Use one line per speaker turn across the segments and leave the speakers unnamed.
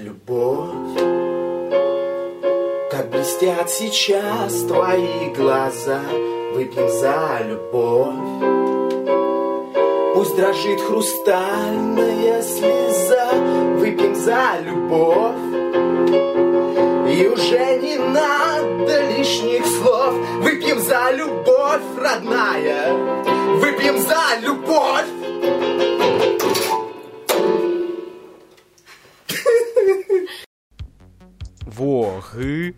любовь, как блестят сейчас твои глаза, выпьем за любовь. Пусть дрожит хрустальная слеза, выпьем за любовь. И уже не надо лишних слов, выпьем за любовь, родная, выпьем за любовь.
Вохы.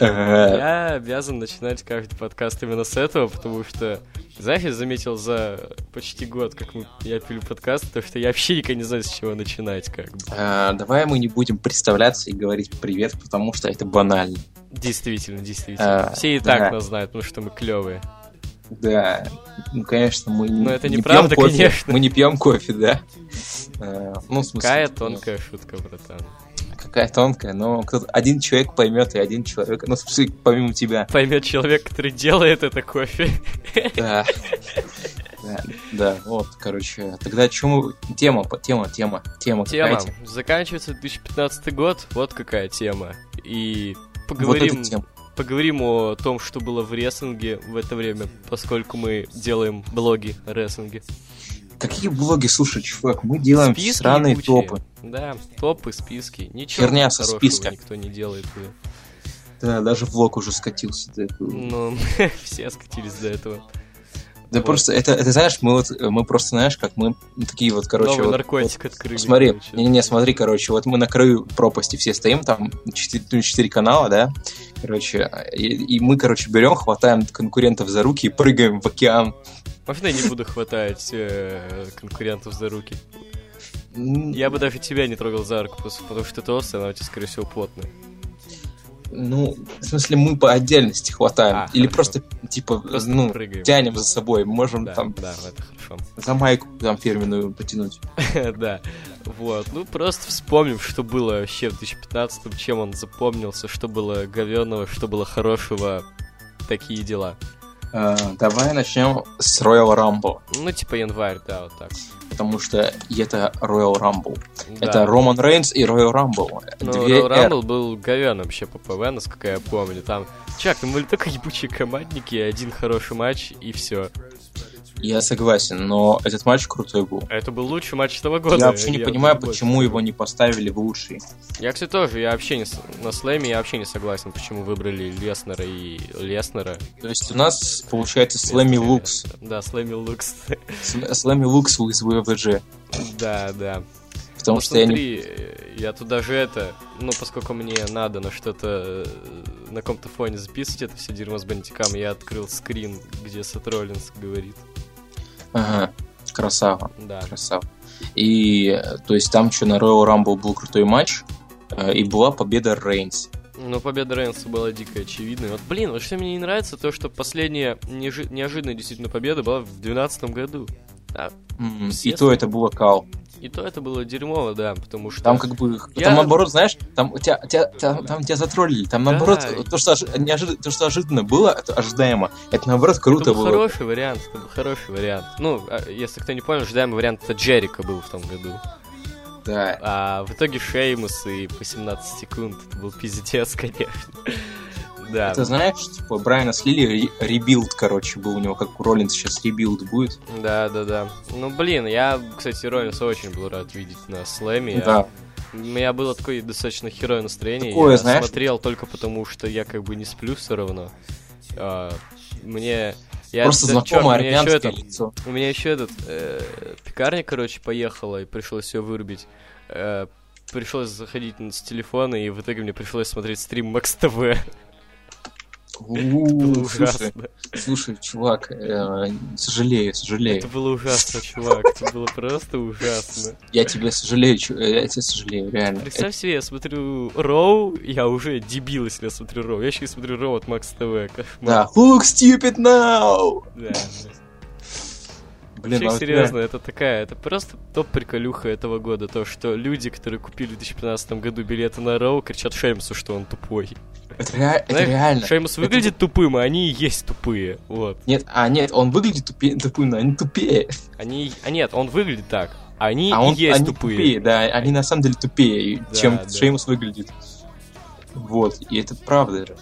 Э,
Я обязан начинать каждый подкаст именно с этого, потому что Зафи заметил за почти год, как мы, я пилю подкаст, то что я вообще никогда не знаю, с чего начинать. Как бы.
э, Давай мы не будем представляться и говорить привет, потому что это банально.
Действительно, действительно.
А,
Все и так
да.
нас знают, потому что мы клевые.
Да, ну, конечно, мы не,
Но это
не
неправда,
пьем кофе.
конечно.
Мы не пьем кофе, да. Э, Ну, в смысле,
Какая
ну,
тонкая шутка, братан.
Какая тонкая, но кто-то, один человек поймет, и один человек, ну, в смысле, помимо тебя.
Поймет человек, который делает это кофе.
Да. Да, Да, вот, короче, тогда чему... Тема, по- тема, тема, тема. какая
Тема. Заканчивается 2015 год, вот какая тема. И
Вот
поговорим...
эта тема.
Поговорим о том, что было в рестлинге в это время, поскольку мы делаем блоги о рестлинге.
Какие блоги, слушай, чувак, мы делаем
Списки
сраные
ебучие.
топы.
Да, топы, списки. Ничего
Херня со
хорошего
списка.
никто не делает. блин.
Да, даже влог уже скатился. Да,
Но все скатились до этого.
Да
Вот.
просто, это, это знаешь, мы вот, э, мы просто, знаешь, как мы ну, такие вот, короче...
Новый
вот-
наркотик открыли.
вот, смотри,
короче.
не-не-не, смотри, короче, вот мы на краю пропасти все стоим, там 4, канала, да, короче, и, и мы, короче, берем, хватаем конкурентов за руки и прыгаем в океан.
Можно я не буду хватать э, конкурентов за руки?
М,
Я бы даже тебя не трогал за руку, просто потому что ты толстый, она у тебя, скорее всего, плотная.
Ну, в смысле, мы по отдельности хватаем.
А,
Или
хорошо.
просто, типа,
Просто
ну,
прыгаем.
тянем за собой, можем
Да,
там
да, это хорошо.
за майку там фирменную потянуть.
Да, вот. Ну, просто вспомним, что было вообще в 2015-м, чем он запомнился, что было говенного, что было хорошего, такие дела.
Э, давай начнем с Royal Rumble,
Ну, типа январь, да, вот так.
потому что это Royal Rumble.
Да.
Это Роман Рейнс и Royal Rumble.
Ну,
Две
Royal
эры.
Rumble был говен вообще по ПВ, насколько я помню. Там, чувак, там были только ебучие командники, один хороший матч, и все.
Я согласен, но этот матч крутой был.
Это был лучший матч этого года.
я вообще не понимаю,
вот-
почему его не поставили в лучший.
Я, кстати, тоже, я вообще не... с- На слэме я вообще не согласен, почему выбрали Леснера и Леснера.
То есть у нас получается Слэмми Лукс.
Да, Слэми Лукс.
Сл- Слэмми Лукс из ВВЖ.
Да, да.
Потому
Ну,
что я не...
смотри, э, я тут даже это, ну, поскольку мне надо на что-то, э, на каком-то фоне записывать это все дерьмо с бантикам, я открыл скрин, где Сет Роллинс говорит.
Ага, красава.
Да.
Красава. И, э, то есть, там что, на Royal Rumble был крутой матч, э, и была победа Рейнс.
Но победа Рейнса была дико очевидной. Вот, блин, вот что мне не нравится, то, что последняя неожи- неожиданная действительно победа была в 2012 году.
М, И
Естественно.
то это было кал.
И то это было дерьмово, да, потому что...
Там как бы,
Я-
там наоборот, знаешь, там тебя, тебя- там, там тебя затроллили, там
Да.
наоборот, то, что ожи- неожида- то, что ожиданно было, это ожидаемо, это наоборот
это
круто
был
было.
хороший вариант, это был хороший вариант. Ну, а, если кто не понял, ожидаемый вариант это Джерика был в том году.
Да.
А в итоге Шеймус и по 17 секунд. Это был пиздец, конечно. Да.
Это знаешь, типа, Брайана слили, ре- ребилд, короче, был у него, как у Роллинс сейчас ребилд будет.
Да, да, да. Ну, блин, я, кстати, Роллинса очень был рад видеть на слэме. Я-
Да.
У меня было такое достаточно херовое настроение.
Такое,
я
знаешь-
смотрел только потому, что я как бы не сплю все равно. А, мне... Я,
Просто
да,
знакомое
чёрт, у меня ещё
армянское
это-
лицо.
У меня еще этот э, пекарня, короче, поехала и пришлось ее вырубить. Э, пришлось заходить н- с телефона, и в итоге мне пришлось смотреть стрим Макс ТВ.
У-у-у,
Было
Слушай,
ужасно.
слушай, чувак, э, сожалею, сожалею.
Это было ужасно, чувак. Это было просто ужасно.
Я тебе сожалею, чу- э, я тебе сожалею, реально.
Представь себе, я смотрю Роу, я уже дебил, если я смотрю Роу. Я еще и смотрю Роу от Макс ТВ.
Это- Да, look stupid now!
Да.
Блин,
Вообще,
а у тебя-
серьезно, это такая, это просто топ-приколюха этого года. То, что люди, которые купили в 2015 году билеты на Роу, кричат Шеймсу, что он тупой.
это, ре- это
Знаешь,
реально.
Шеймус выглядит тупым, а они и есть тупые. Вот.
Нет, а нет, он выглядит тупее, тупым, но они тупее.
Они... А нет, он выглядит так. Они
а
и
он,
есть
они
тупые.
да, они на самом деле тупее,
Да,
чем
да.
Шеймус выглядит. Вот, и это правда же.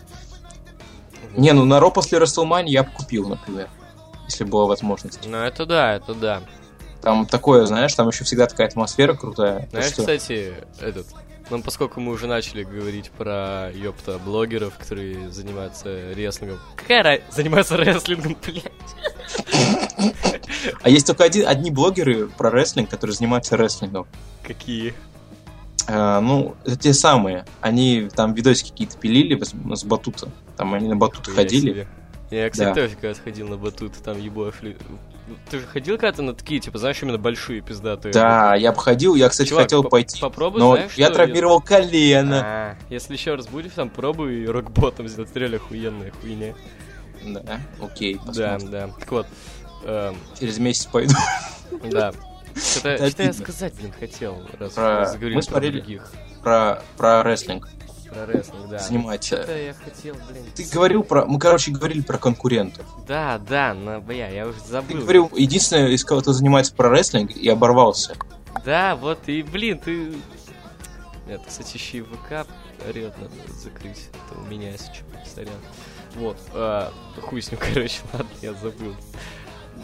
Не, ну Наро после Расселмани я бы купил, например, если была возможность.
Ну это да, это да.
Там такое, знаешь, там еще всегда такая атмосфера крутая. э,
Знаешь,
что-
Ну кстати, этот. Ну, поскольку мы уже начали говорить про ёпта блогеров, которые занимаются рестлингом. Какая ра- занимаются рестлингом, блядь?
А есть только один, одни блогеры про рестлинг, которые занимаются рестлингом.
Какие?
Э, ну, это те самые. Они там видосики какие-то пилили с, с батута. Там они на батут
Нихуя
ходили.
себе. Я, кстати,
Да.
тоже когда-то ходил на батут, там ебофли. Ты же ходил когда-то на такие, типа, знаешь, именно большие пиздатые?
Да, я бы ходил, я, кстати,
Чувак,
хотел
по-
пойти.
попробуй,
но
знаешь,
я
что,
травмировал колено.
А, если еще раз будешь, там пробуй и рокботом сделать, это реально охуенная хуйня.
А, Да, окей,
Да,
посмотрим.
да. Так вот, эм,
Через месяц пойду.
да. Что-то
Это
что я
обидно.
сказать, блин, хотел, раз
Про-
мы заговорили
мы
про
смотрели-
других.
Про, про рестлинг
Про рестлинг, да.
занимать.
Что-то я хотел, блин.
Ты говорил про... Мы, короче, говорили про конкурентов.
Да, да, но, бля, я уже забыл.
Ты говорил, единственное, из кого ты занимается про рестлинг, и оборвался.
Да, вот и, блин, ты... Нет, кстати, еще и ВК орет, надо закрыть. Это у меня, если что, сорян. Вот, а, хуй с ним, короче, ладно, я забыл.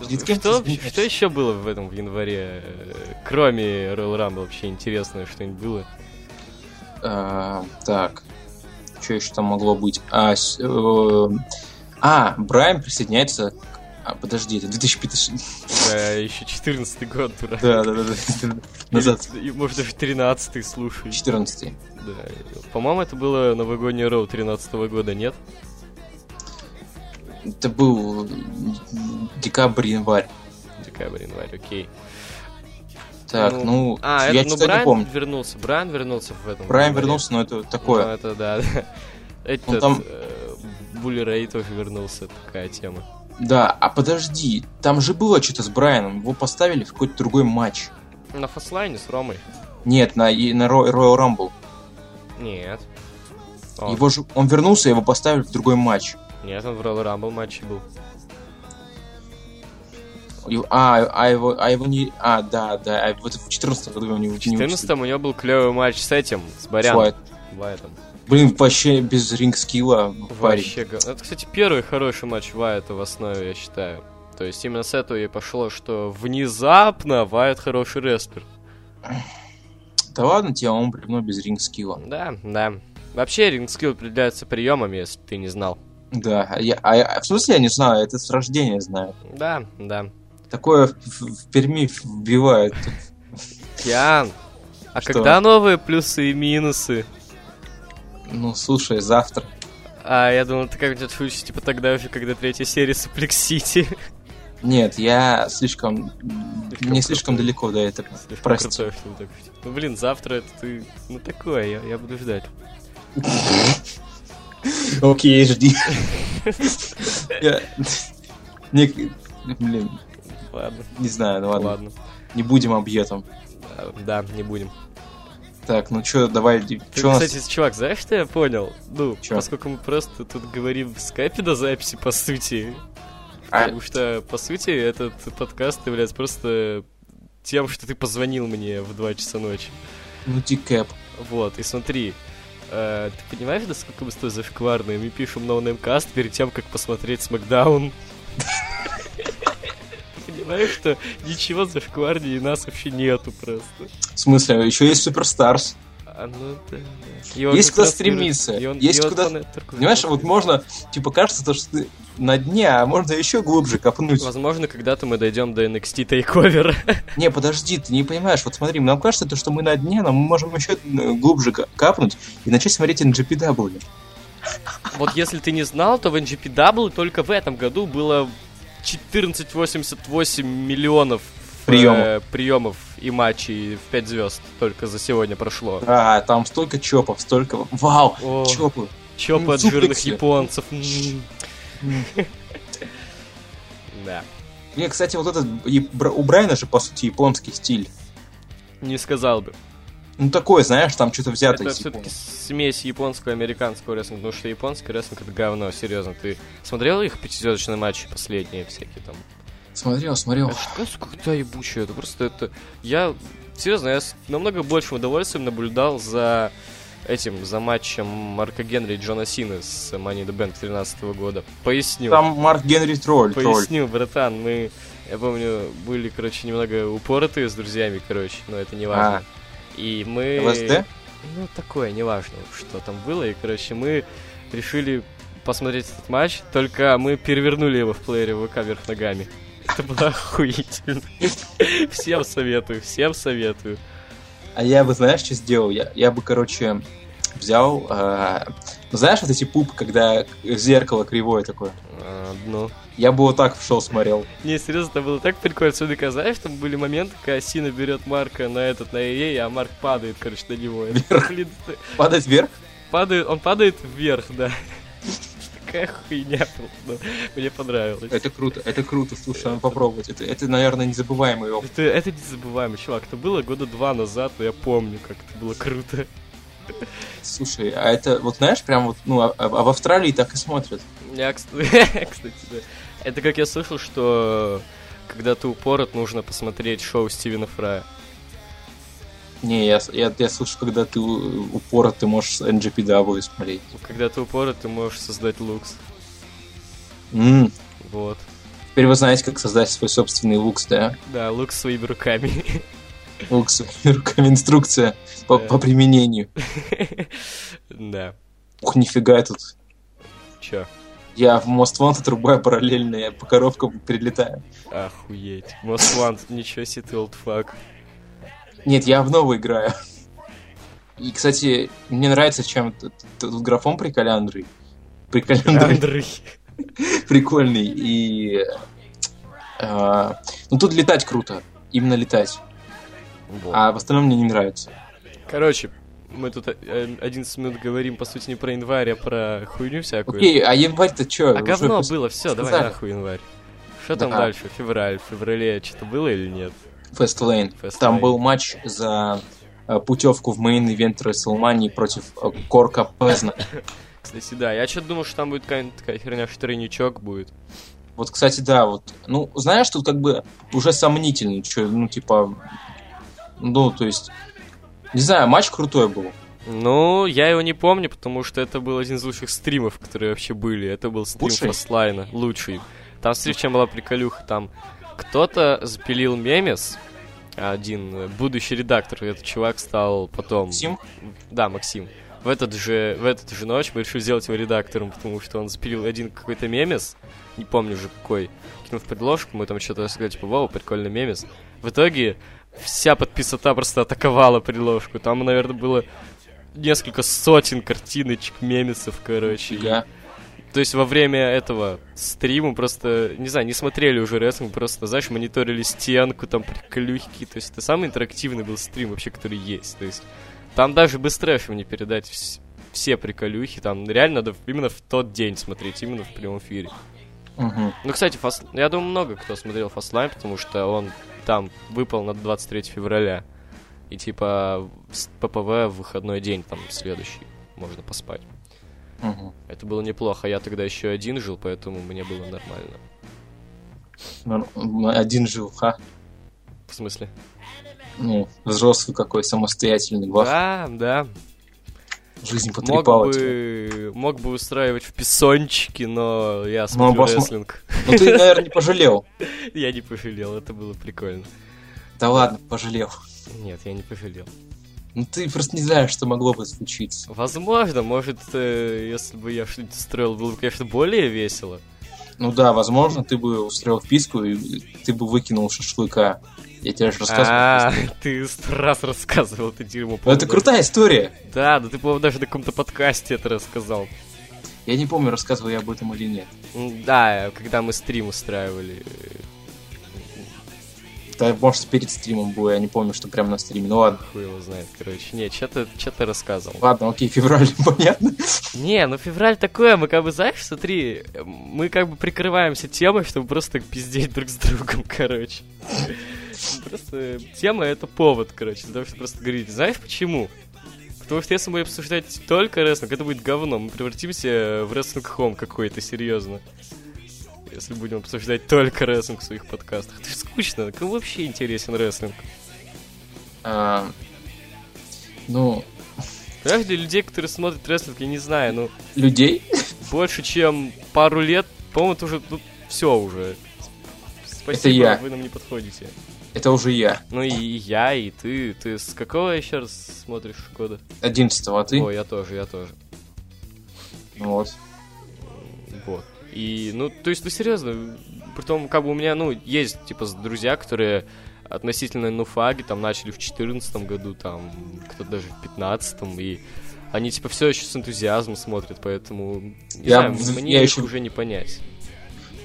Блин, как ты
Что,
извиняешься?
что еще было в этом в январе, э, кроме Royal Rumble, вообще интересное что-нибудь было?
А, так. Что еще там могло быть? А, с- э, а, Брайан присоединяется... к- а, подожди, это 2015...
Да, еще 14 год, дурак.
Да, да, да, да. Назад.
Или- и, может, даже 13 слушай.
14
Да. По-моему, это было новогоднее Роу 13 года, нет?
Это был э, декабрь-январь.
Декабрь, январь, окей.
Так,
Ну,
ну,
А,
я,
это, ну,
кстати, не
Брайан
помню.
вернулся, Брайан вернулся в этом.
Брайан
январе.
вернулся, но это
Ну,
такое. Ну,
это да, да. Этот,
там-
э, Булли Рэй тоже вернулся, такая тема.
Да, а подожди, там же было что-то с Брайаном, его поставили в какой-то другой матч.
На фастлайне с Ромой?
Нет, на, и на Ро- Royal Rumble.
Нет. Он-
Его же, он вернулся, его поставили в другой матч.
Нет, он в Royal Rumble матче был.
И- А, а его, а его не... А, да, да, а вот в 14 году его не,
В 14 у него был клевый матч с этим, с Баряном.
году.
Вайтом.
Блин, вообще без ринг-скилла парень.
Вообще, го- это, кстати, первый хороший матч Вайта в основе, я считаю. То есть именно с этого и пошло, что внезапно Вайт хороший рестлер.
Да ладно тебе, он бревно без ринг-скилла.
Да, да. Вообще ринг-скилл определяется приемами, если ты не знал.
Да, а я, а я- в смысле я не знаю, это с рождения знаю.
Да, да.
Такое в, в- в Перми вбивают.
Ян, а
Что?
когда новые плюсы и минусы?
Ну, слушай, завтра.
А, я думал, ты как-нибудь отшутишь, типа тогда уже, когда третья серия Суплексити.
Нет, я слишком...
Слишком
Не слишком
крутой.
далеко до этого. Прости.
Ну, блин, завтра это ты... Ну, такое, я, я буду ждать.
Окей, жди. Я- Не- Блин,
Ладно,
не знаю, ну
ладно.
ладно. Не будем объетом.
А, Да, не будем.
Так, ну чё, давай,
Ты,
чё у нас...
кстати, чувак, знаешь, что я понял? Ну,
Чё?
поскольку мы просто тут говорим в скайпе до записи, по сути,
А,
Потому что, по сути, этот подкаст является просто тем, что ты позвонил мне в 2 часа ночи.
Ну, дикэп.
Вот, и смотри, э, ты понимаешь, насколько мы с тобой зашкварные? Мы пишем ноунэмкаст перед тем, как посмотреть Смакдаун. Ты Понимаешь, что ничего зашкварнее нас вообще нету просто.
В смысле, еще есть Суперстарс.
А, ну да, да. И он
Есть
как
куда
раз говорит-
стремиться,
и он-
есть
и вот
куда-
он это такой,
Понимаешь, вот можно, типа, кажется, то, что ты на дне, а можно еще глубже копнуть.
Возможно, когда-то мы дойдем до NXT тейковера.
Не, подожди, ты не понимаешь. Вот смотри, нам кажется, то, что мы на дне, но мы можем еще глубже ка- капнуть и начать смотреть NGPW.
Вот если ты не знал, то в NGPW только в этом году было 1488 миллионов э,
Приёмов.
приемов и матчей в 5 звезд только за сегодня прошло.
Да, А, там столько чопов, столько... Вау,
О,
чопы.
чоп от
суплексы.
жирных японцев. М. Да.
Не, кстати, вот этот... и Бра- У Брайана же, по сути, японский стиль.
Не сказал бы.
Ну, такой, знаешь, там что-то взято
Это
из
все-таки
Японии.
смесь японского и американского рестлинга, потому что японский рестлинг это говно, серьезно. Ты смотрел их пятизвездочные матчи последние всякие там?
В Смотрел, смотрел.
Это ж тоска ебучая, это просто это... Я, серьезно, я с намного большим удовольствием наблюдал за этим, за матчем Марка Генри и Джона Сины с Money in the Bank 13 года. Поясню.
Там Марк Генри тролль. тролль.
Поясню, братан, мы, я помню, были, короче, немного упоротые с друзьями, короче, но это не важно.
А.
И мы...
ЛСД?
Ну, такое, неважно, что там было. И, короче, мы решили посмотреть этот матч, только мы перевернули его в плеере ВК вверх ногами. Это было охуительно. Всем советую, всем советую.
А я бы, знаешь, что сделал? Я, я бы, короче, взял... э, ну, знаешь, вот эти пупы, когда зеркало кривое такое?
А, Ну,
Я бы вот так шел смотрел.
не, серьезно, это было так прикольно. Особенно, когда, знаешь, там были моменты, когда Сина берет Марка на этот, на EA, а Марк падает, короче, на него. Это, блин, это-
Падать вверх?
падает, он падает вверх, да. Такая хуйня, была, но мне понравилось.
Это круто, это круто, слушай, надо попробовать. Это, это наверное, незабываемый опыт.
Это, это незабываемый, чувак. Это было года два назад, но я помню, как это было круто.
Слушай, а это, вот знаешь, прям вот, ну, а, а в Австралии так и смотрят.
Я, кс- кстати, да. Это как я слышал, что когда ты упорот, нужно посмотреть шоу Стивена Фрая.
Не, я, я, я слышу, когда ты у- упорот, ты можешь с NGPW смотреть.
Когда ты упорот, ты можешь создать лукс.
М,
Вот.
Теперь вы знаете, как создать свой собственный лукс, да?
Да, лукс своими руками.
Лукс, руками инструкция по,
Да.
по применению.
Да.
Ух, нифига я тут.
Чё?
Я в Most Wanted рубаю параллельно, я по коробкам перелетаю.
Охуеть. Most Wanted, ничего себе ты олдфак.
Нет, я в новый играю. И, кстати, мне нравится, чем т- т- тут графон приколяндрый. Приколяндрый.
Андрей.
прикольный и э, ну тут летать круто, именно летать,
Вот.
а в остальном мне не нравится.
Короче, мы тут э, 11 минут говорим, по сути, не про январь, а про хуйню всякую.
Окей, а январь-то чё?
А
Уже
говно
пос-
было, все, давай
сказали.
нахуй январь. Что там
Да.
дальше? Февраль, в феврале что-то было или нет?
Fastlane.
Fastlane.
Там был матч за э, путевку в мейн-ивент Расселмании против э, Корка Пезна.
Кстати, да, я что-то думал, что там будет какая-нибудь такая херня, что тройничок будет.
Вот, кстати, да, вот, ну, знаешь, тут как бы уже сомнительно, что, ну, типа, ну, то есть, не знаю, матч крутой был.
Ну, я его не помню, потому что это был один из лучших стримов, которые вообще были. Это был стрим
Лучший?
Фастлайна, лучший. Там стрим, чем была приколюха, там кто-то запилил мемес, один э, будущий редактор, этот чувак стал потом...
Сим,
Да, Максим. В, этот же, в этот же ночь мы решили сделать его редактором, потому что он запилил один какой-то мемес, не помню уже какой, кинул в предложку, мы там что-то сказали, типа, вау, прикольный мемес. В итоге вся подписота просто атаковала предложку. Там, наверное, было несколько сотен картиночек, мемесов, короче.
фига.
То есть во время этого стрима просто, не знаю, не смотрели уже рестлинг, просто, знаешь, мониторили стенку, там приклюхи. То есть это самый интерактивный был стрим вообще, который есть. То есть там даже быстрее, чем не передать вс- все приколюхи, там реально надо именно в тот день смотреть, именно в прямом эфире.
Мгм.
Ну, кстати, Фас- я думаю, много кто смотрел Фастлайн, потому что он там выпал на 23 февраля. И типа с ППВ в выходной день, там следующий, можно поспать.
Мгм.
Это было неплохо. Я тогда еще один жил, поэтому мне было нормально.
Ну, Один жил, ха.
В смысле?
ну, взрослый какой, самостоятельный, вах,
Да, да.
жизнь
Мог
потрепала тебя.
бы, мог бы устраивать в песончике, но я
Ну,
смотрю
посмо-
рестлинг.
Ну ты, наверное, не пожалел.
Я не пожалел, это было прикольно.
Да ладно, пожалел.
Нет, я не пожалел.
Ну ты просто не знаешь, что могло бы случиться.
Возможно, может, э, если бы я что-нибудь устроил, было бы, конечно, более весело.
Ну да, возможно, ты бы устроил вписку, и ты бы выкинул шашлыка. Я тебе же рассказывал.
А, ты сто раз рассказывал Ну, это дерьмо.
Но
по-моему,
это крутая история.
даже- Да, да ты, по-моему, даже на каком-то подкасте это рассказал.
Я не помню, рассказывал я об этом или нет.
М, Да, когда мы стрим устраивали. э,
Да, может, перед стримом было, я не помню, что прямо на стриме. Ну ладно.
Хуй его знает, короче. Не, что ты, чё ты рассказывал?
Ладно, окей, февраль, понятно.
Не, ну февраль такое, мы как бы, знаешь, смотри, э, мы как бы прикрываемся темой, чтобы просто пиздеть друг с другом, короче. Просто э, тема это повод, короче, для того, чтобы просто говорить. Знаешь почему? Потому что если мы обсуждать только рестлинг, это будет говно. Мы превратимся в рестлинг-хом какой-то, серьезно. если будем обсуждать только рестлинг в своих подкастах. Это же скучно, кому вообще интересен рестлинг?
А, ну,
Понимаешь, для людей, которые смотрят рестлинг, я не знаю, ну,
людей?
больше, чем пару лет, по-моему, это уже, ну, все уже. Спасибо,
я.
вы нам не подходите.
Это уже я.
Ну и я, и ты. Ты с какого еще раз смотришь года?
11 а ты? Ну
О, я тоже, я тоже.
Вот.
Вот. И, ну, то есть, ну, серьезно, притом, как бы у меня, ну, есть, типа, с- друзья, которые относительно нуфаги, там, начали в 14 году, там, кто-то даже в 15 и они, типа, все еще с энтузиазмом смотрят, поэтому, не
Я
знаю,
в-
мне
я
их
еще-
уже не понять.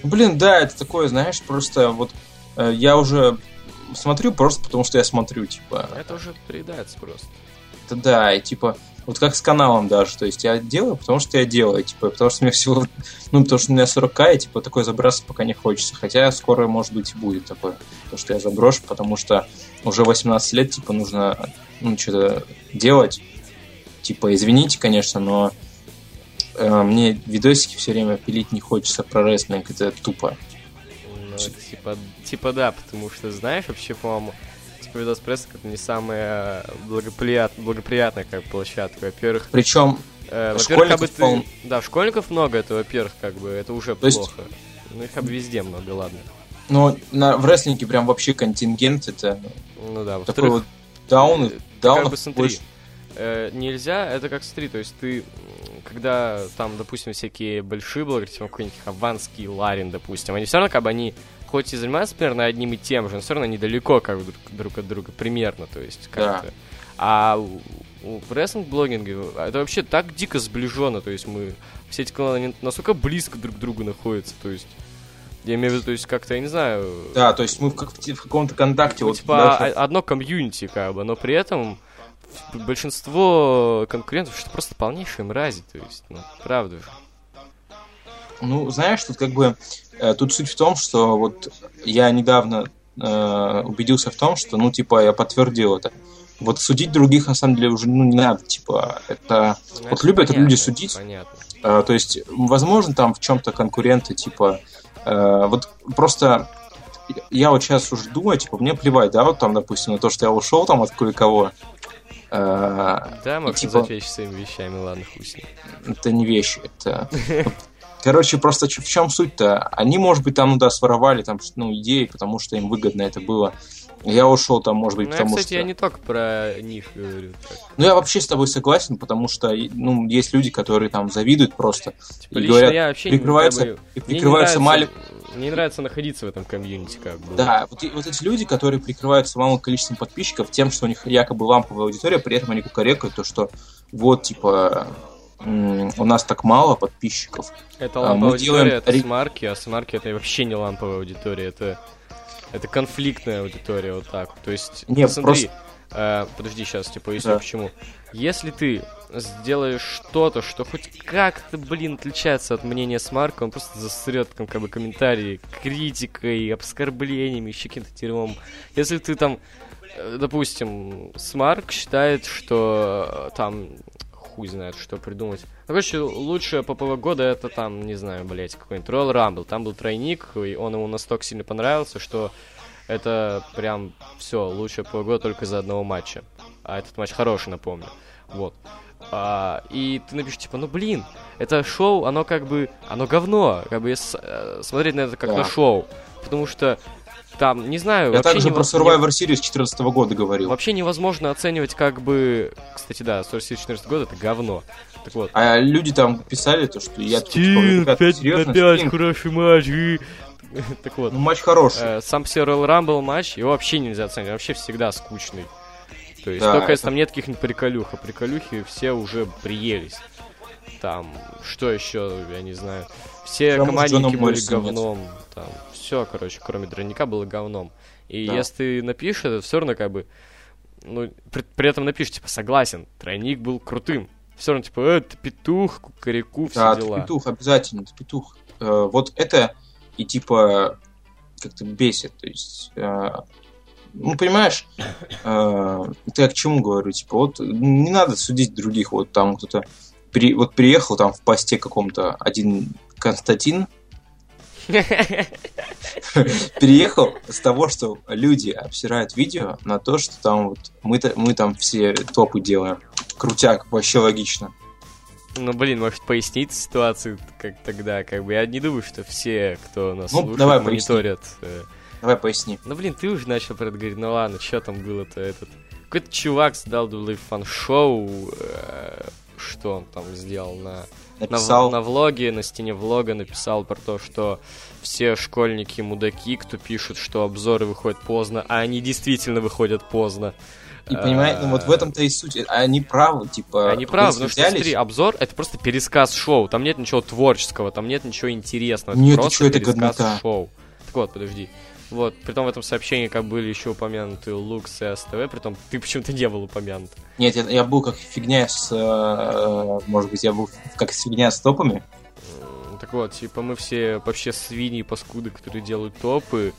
Ну, Блин, да, это такое, знаешь, просто вот э, я уже смотрю просто потому, что я смотрю, типа.
Это уже приедается просто.
Это да, и типа, вот как с каналом даже, то есть я делаю, потому что я делаю, типа, потому что у меня всего, ну, потому что у меня 40к, и типа такой забрасывать пока не хочется, хотя скоро, может быть, и будет такое, то, что я заброшу, потому что уже 18 лет, типа, нужно, ну, что-то делать, типа, извините, конечно, но э, мне видосики все время пилить не хочется про рестлинг, это тупо.
Ну, типа, типа да, потому что, знаешь, вообще, по-моему, типа, видос пресса как не самая благоприят... благоприятная как площадка. Во-первых,
Причем,
Э, Во-первых,
Школьников
как бы ты...
полно.
Да, школьников много, это, во-первых, как бы, это уже
То есть-
плохо. Ну, их как бы везде много, ладно.
ну, на, в рестлинге прям вообще контингент, это
Ну да,
такой
во-вторых,
вот даун,
э,
даун
как бы смотри, э, нельзя, это как смотри, то есть ты, м, когда там, допустим, всякие большие блогеры, типа какой-нибудь Хованский, Ларин, допустим, они все равно как бы они хоть и занимаются примерно одним и тем же, но все равно они далеко как бы друг, друг от друга, примерно, то есть
Да.
как-то. А у, у- в рестлинг-блогинге это вообще так дико сближенно, то есть мы, все эти кланы, они настолько близко друг к другу находятся, то есть, я имею в виду, то есть как-то, я не знаю,
Да, то есть мы в, как- в каком-то контакте
ну,
вот
типа
даже-
о- одно комьюнити, как бы, но при этом большинство конкурентов что просто полнейшие мрази, то есть, ну, правда же.
Ну, знаешь, тут как бы... э, тут суть в том, что вот я недавно э, убедился в том, что, ну, типа, я подтвердил это. Вот судить других, на самом деле, уже, ну, не надо, типа, это...
Ну,
Вот
это
любят
понятно,
люди
это
судить.
Понятно.
э, то есть, возможно, там в чем-то конкуренты, типа... э, вот просто я вот сейчас уже думаю, типа, мне плевать, да, вот там, допустим, на то, что я ушел там от кое-кого, э,
Да, можно
типа-
назвать вещи своими вещами, ладно, хуй с ним.
это не вещи, это... Короче, просто чё- в чем суть-то? Они, может быть, там, ну да, своровали там, ну, идеи, потому что им выгодно это было. Я ушел там, может быть,
Ну, я,
потому
кстати,
что...
я не только про них говорю. так.
Ну, я вообще с тобой согласен, потому что, и, ну, есть люди, которые там завидуют просто.
Типа,
И
лично
говорят,
я вообще
прикрываются-
не, как бы,
И
мне не
прикрываются малик...
нравится- Мне не нравится находиться в этом комьюнити, как бы.
Да, вот, и- вот эти люди, которые прикрываются малым количеством подписчиков тем, что у них якобы ламповая аудитория, при этом они кукарекают то, что вот, типа, м, у нас так мало подписчиков.
Это
А,
ламповая
мы
аудитория,
делаем
это
ре-
смарки, а смарки это вообще не ламповая аудитория, это, это конфликтная аудитория, вот так. вот. То есть,
Не,
смотри, э, подожди сейчас, типа, если
Да.
почему. Если ты сделаешь что-то, что хоть как-то, блин, отличается от мнения Смарка, он просто засрет там, как бы, комментарии критикой, оскорблениями, еще каким-то дерьмом. Если ты там, э, допустим, Смарк считает, что э, там хуй знает, что придумать. Ну, короче, лучшее ППВ года это там, не знаю, блять, какой-нибудь Royal Rumble. Там был тройник, и он ему настолько сильно понравился, что это прям все, лучшее ППВ года только за одного матча. А этот матч хороший, напомню. Вот. А, и ты напишешь, типа, ну блин, это шоу, оно как бы, оно говно. Как бы если, э, смотреть на это как
Да.
на шоу. Потому что там, не знаю,
Я
вообще
также
не-
про
не-
Survivor Series 2014 года говорил.
Вообще невозможно оценивать как бы... Кстати, да, 44 год это говно. Так вот.
А люди там писали то, что я... типа, ребята, серьезно, Стинг?
хороший матч. и- Так вот.
Ну, матч хороший.
э, Сам все Royal Rumble матч, его вообще нельзя оценивать, он вообще всегда скучный. То есть,
Да,
только если
это-
там нет каких-нибудь приколюх, а приколюхи все уже приелись. Там, что еще, я не знаю. Все
Почему с
командники
Джоном
были
Моррисом нет?
говном. Там, все, короче, кроме дровника было говном. И
Да.
если ты напишешь это, все равно как бы... Ну, при, при этом напишешь, типа, согласен, тройник был крутым. Все равно, типа, э, ты петух, кукареку, все
Да, ты
дела.
А, петух, обязательно, ты петух. Э, Вот это и типа как-то бесит. То есть, э, ну, понимаешь, э, это я к чему говорю? Типа, вот не надо судить других. Вот там кто-то при, вот приехал там в посте каком-то один Константин, переехал с того, что люди обсирают видео, на то, что там вот мы, та- мы там все топы делаем. Крутяк, вообще логично.
Ну, блин, может, пояснить ситуацию как тогда, как бы. Я не думаю, что все, кто нас
Ну,
слушает,
давай, поясни.
мониторят. э,
Давай поясни.
Ну, блин, ты уже начал про это говорить. Ну, ладно, что там было-то этот... Какой-то чувак сдал фан-шоу, э, что он там сделал на... На, в-
Написал.
на влоге, на стене влога написал про то, что все школьники мудаки, кто пишет, что обзоры выходят поздно, а они действительно выходят поздно. А,
И понимаете, ну, вот в этом-то и суть. Они правы, типа.
э, Они правы, потому
вы
что,
взялись-
смотри, обзор — это просто пересказ шоу, там нет ничего творческого, там нет ничего интересного,
Нет, ты
это просто
чё, это
пересказ
годнота.
шоу. Так вот, подожди. Вот, притом в этом сообщении как были еще упомянуты Лукс и АСТВ, притом ты почему-то не был упомянут.
Нет, я, я был как фигня с. э, может быть, я был как фигня с топами.
М, Так вот, типа мы все вообще свиньи и паскуды, которые делают топы,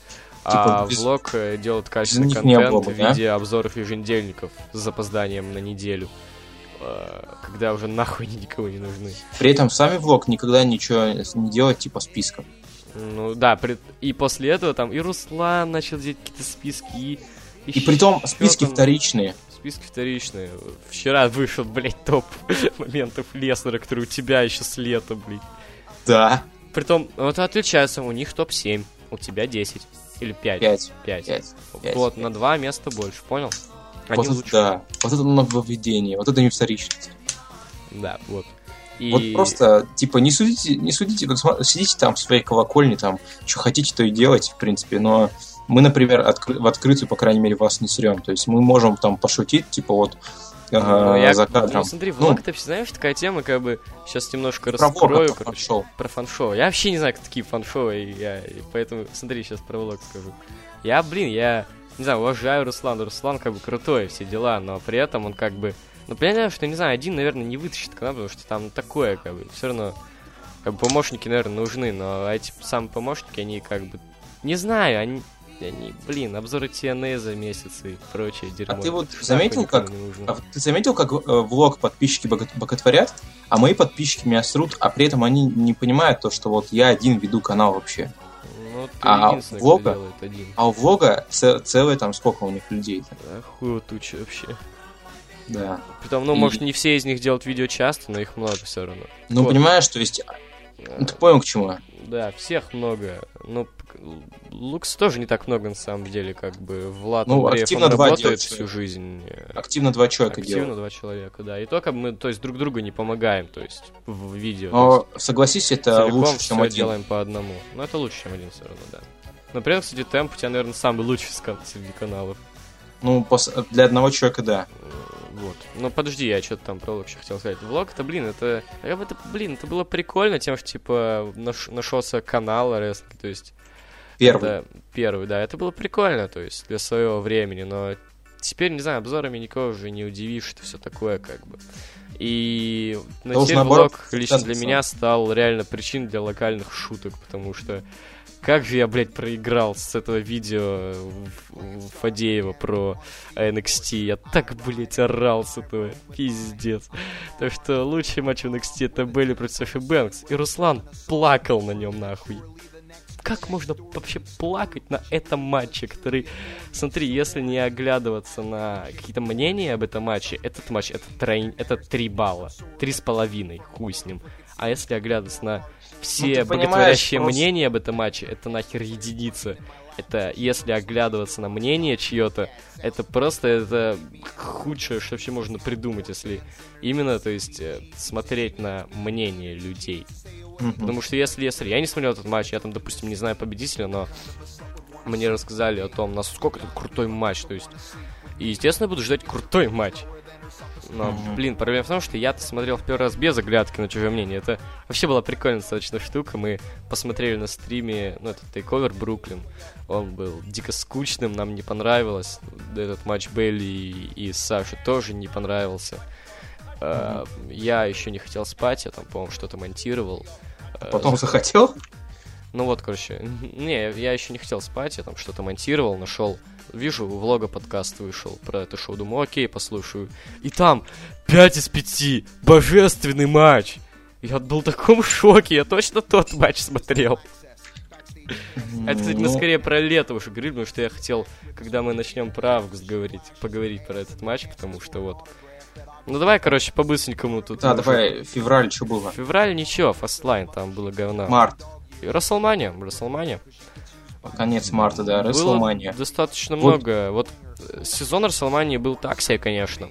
Типа,
а
без-
влог э, делает качественный
них не
контент
было бы,
в виде обзоров еженедельников с запозданием на неделю, э, когда уже нахуй они никого не нужны.
При этом сами влог никогда ничего не делать, типа списка.
Ну да, пред- и после этого там и Руслан начал делать какие-то списки, и,
И при том списки
там?
вторичные.
списки вторичные. Вчера вышел, блядь, топ моментов Леснера, который у тебя еще с лета, блядь.
Да.
Притом, вот отличаются, у них топ-7, у тебя 10 или 5.
Пять.
5.
Пять. пять,
вот,
пять.
на два места больше, понял?
Вот
Они
это
лучше.
да. Вот это нововведение. Вот это не вторичность.
Да, вот. И...
Вот просто, типа, не судите, не судите, вот сма- сидите там в своей колокольне, там, что хотите, то и делайте, в принципе, но мы, например, откры- в открытую, по крайней мере, вас не срем, то есть мы можем там пошутить, типа, вот, э,
Ну, я-
за кадром.
ну, смотри,
Ну,
влог, это, знаешь, такая тема, как бы, сейчас немножко
про Вога
раскрою,
там
короче.
пошел.
про фан-шоу. Я вообще не знаю, кто такие фан-шоу, и я, и поэтому, смотри, сейчас про влог скажу. Я, блин, я, не знаю, уважаю Руслана. Руслан как бы крутой, все дела, но при этом он как бы... Ну, понятно, что, не знаю, один, наверное, не вытащит к нам, потому что там такое, как бы, все равно... Как бы помощники, наверное, нужны, но эти самые помощники, они как бы... Не знаю, они... Они, блин, обзоры TNA за месяц и прочее дерьмо.
А ты вот
Нахуй
заметил,
никому
как-
не нужно.
А вот ты заметил, как э, влог подписчики богот- боготворят, а мои подписчики меня срут, а при этом они не понимают то, что вот я один веду канал вообще.
Ну, ты
а
единственный, кто
влога-
делает один.
А у влога ц- целое там сколько у них людей. -то?
Да, хуево туча вообще.
Да.
Притом, ну,
И-
может, не все из них делают видео часто, но их много все равно.
Ну,
Вот.
понимаешь, то есть,
Э,
ну, ты понял, к чему я?
Да, всех много. Ну, п- Л- Лукс тоже не так много, на самом деле, как бы. Влад
Ну,
Андреев,
активно
он
два
работает
делают
всю
человека.
жизнь. э,
Активно два человека
Активно
делают.
два человека, да. И то, как мы, то есть, друг другу не помогаем, то есть, в в видео. то есть,
Но согласись, Ну, это
целиком
лучше,
все
чем один.
делаем по одному. Но это лучше, чем один все равно, да. Но при этом, кстати, темп у тебя, наверное, самый лучший с кан- среди каналов.
Ну, пос- для одного человека, да.
М, э, Вот. Ну подожди, я что-то там про влог еще хотел сказать. Влог это, блин, это. как бы Это, блин, это было прикольно, тем, что типа наш- нашелся канал RS, то есть.
Первый.
это первый, да. Это было прикольно, то есть, для своего времени, но теперь, не знаю, обзорами никого уже не удивишь, это все такое, как бы. И на
Должен,
теперь
наоборот,
влог лично для
пацан.
меня стал реально причиной для локальных шуток, потому что как же я, блядь, проиграл с этого видео в- в Фадеева про NXT. Я так, блядь, орал с этого. Пиздец. Так что лучший матч в NXT это были против Саши Бэнкс. И Руслан плакал на нем нахуй. Как можно вообще плакать на этом матче, который... Смотри, если не оглядываться на какие-то мнения об этом матче, этот матч, это, трой- это 3 балла. три с половиной, хуй с ним. А если оглядываться на
Ну,
все
ты понимаешь,
боготворящие
просто-
мнения об этом матче, это нахер единица. Это если оглядываться на мнение чье-то, это просто это худшее, что вообще можно придумать, если именно, то есть, э, смотреть на мнение людей.
Мгм.
Потому что если, если я не смотрел этот матч, я там, допустим, не знаю победителя, но мне рассказали о том, насколько это крутой матч. То есть, и, естественно, я буду ждать крутой матч. Но,
Мгм.
блин, проблема в том, что я-то смотрел в первый раз без оглядки на чужое мнение. Это вообще была прикольная достаточно штука. Мы посмотрели на стриме, ну, это тейковер Бруклин. Он был дико скучным, нам не понравилось. Этот матч Бейли и, и Саши тоже не понравился. Э, Я еще не хотел спать, я там, по-моему, что-то монтировал. Э,
Потом захотел?
ну вот, короче, не, я еще не хотел спать, я там что-то монтировал, нашел, вижу, у влога подкаст вышел про это шоу, думаю, окей, послушаю. И там 5 из 5, божественный матч. Я был в таком шоке, я точно тот матч смотрел. Это, кстати, мы
Ну,
скорее про лето уже говорили, потому что я хотел, когда мы начнем про август говорить, поговорить про этот матч, потому что вот... Ну давай, короче, по-быстренькому тут...
Да,
уже.
давай, февраль, что было?
Февраль ничего, фастлайн, там было говна.
Март.
И Расселмания, Расселмания.
Конец марта, да, Рестлмания.
Было достаточно
Вот.
много. Вот э, сезон Расселмании был так себе, конечно.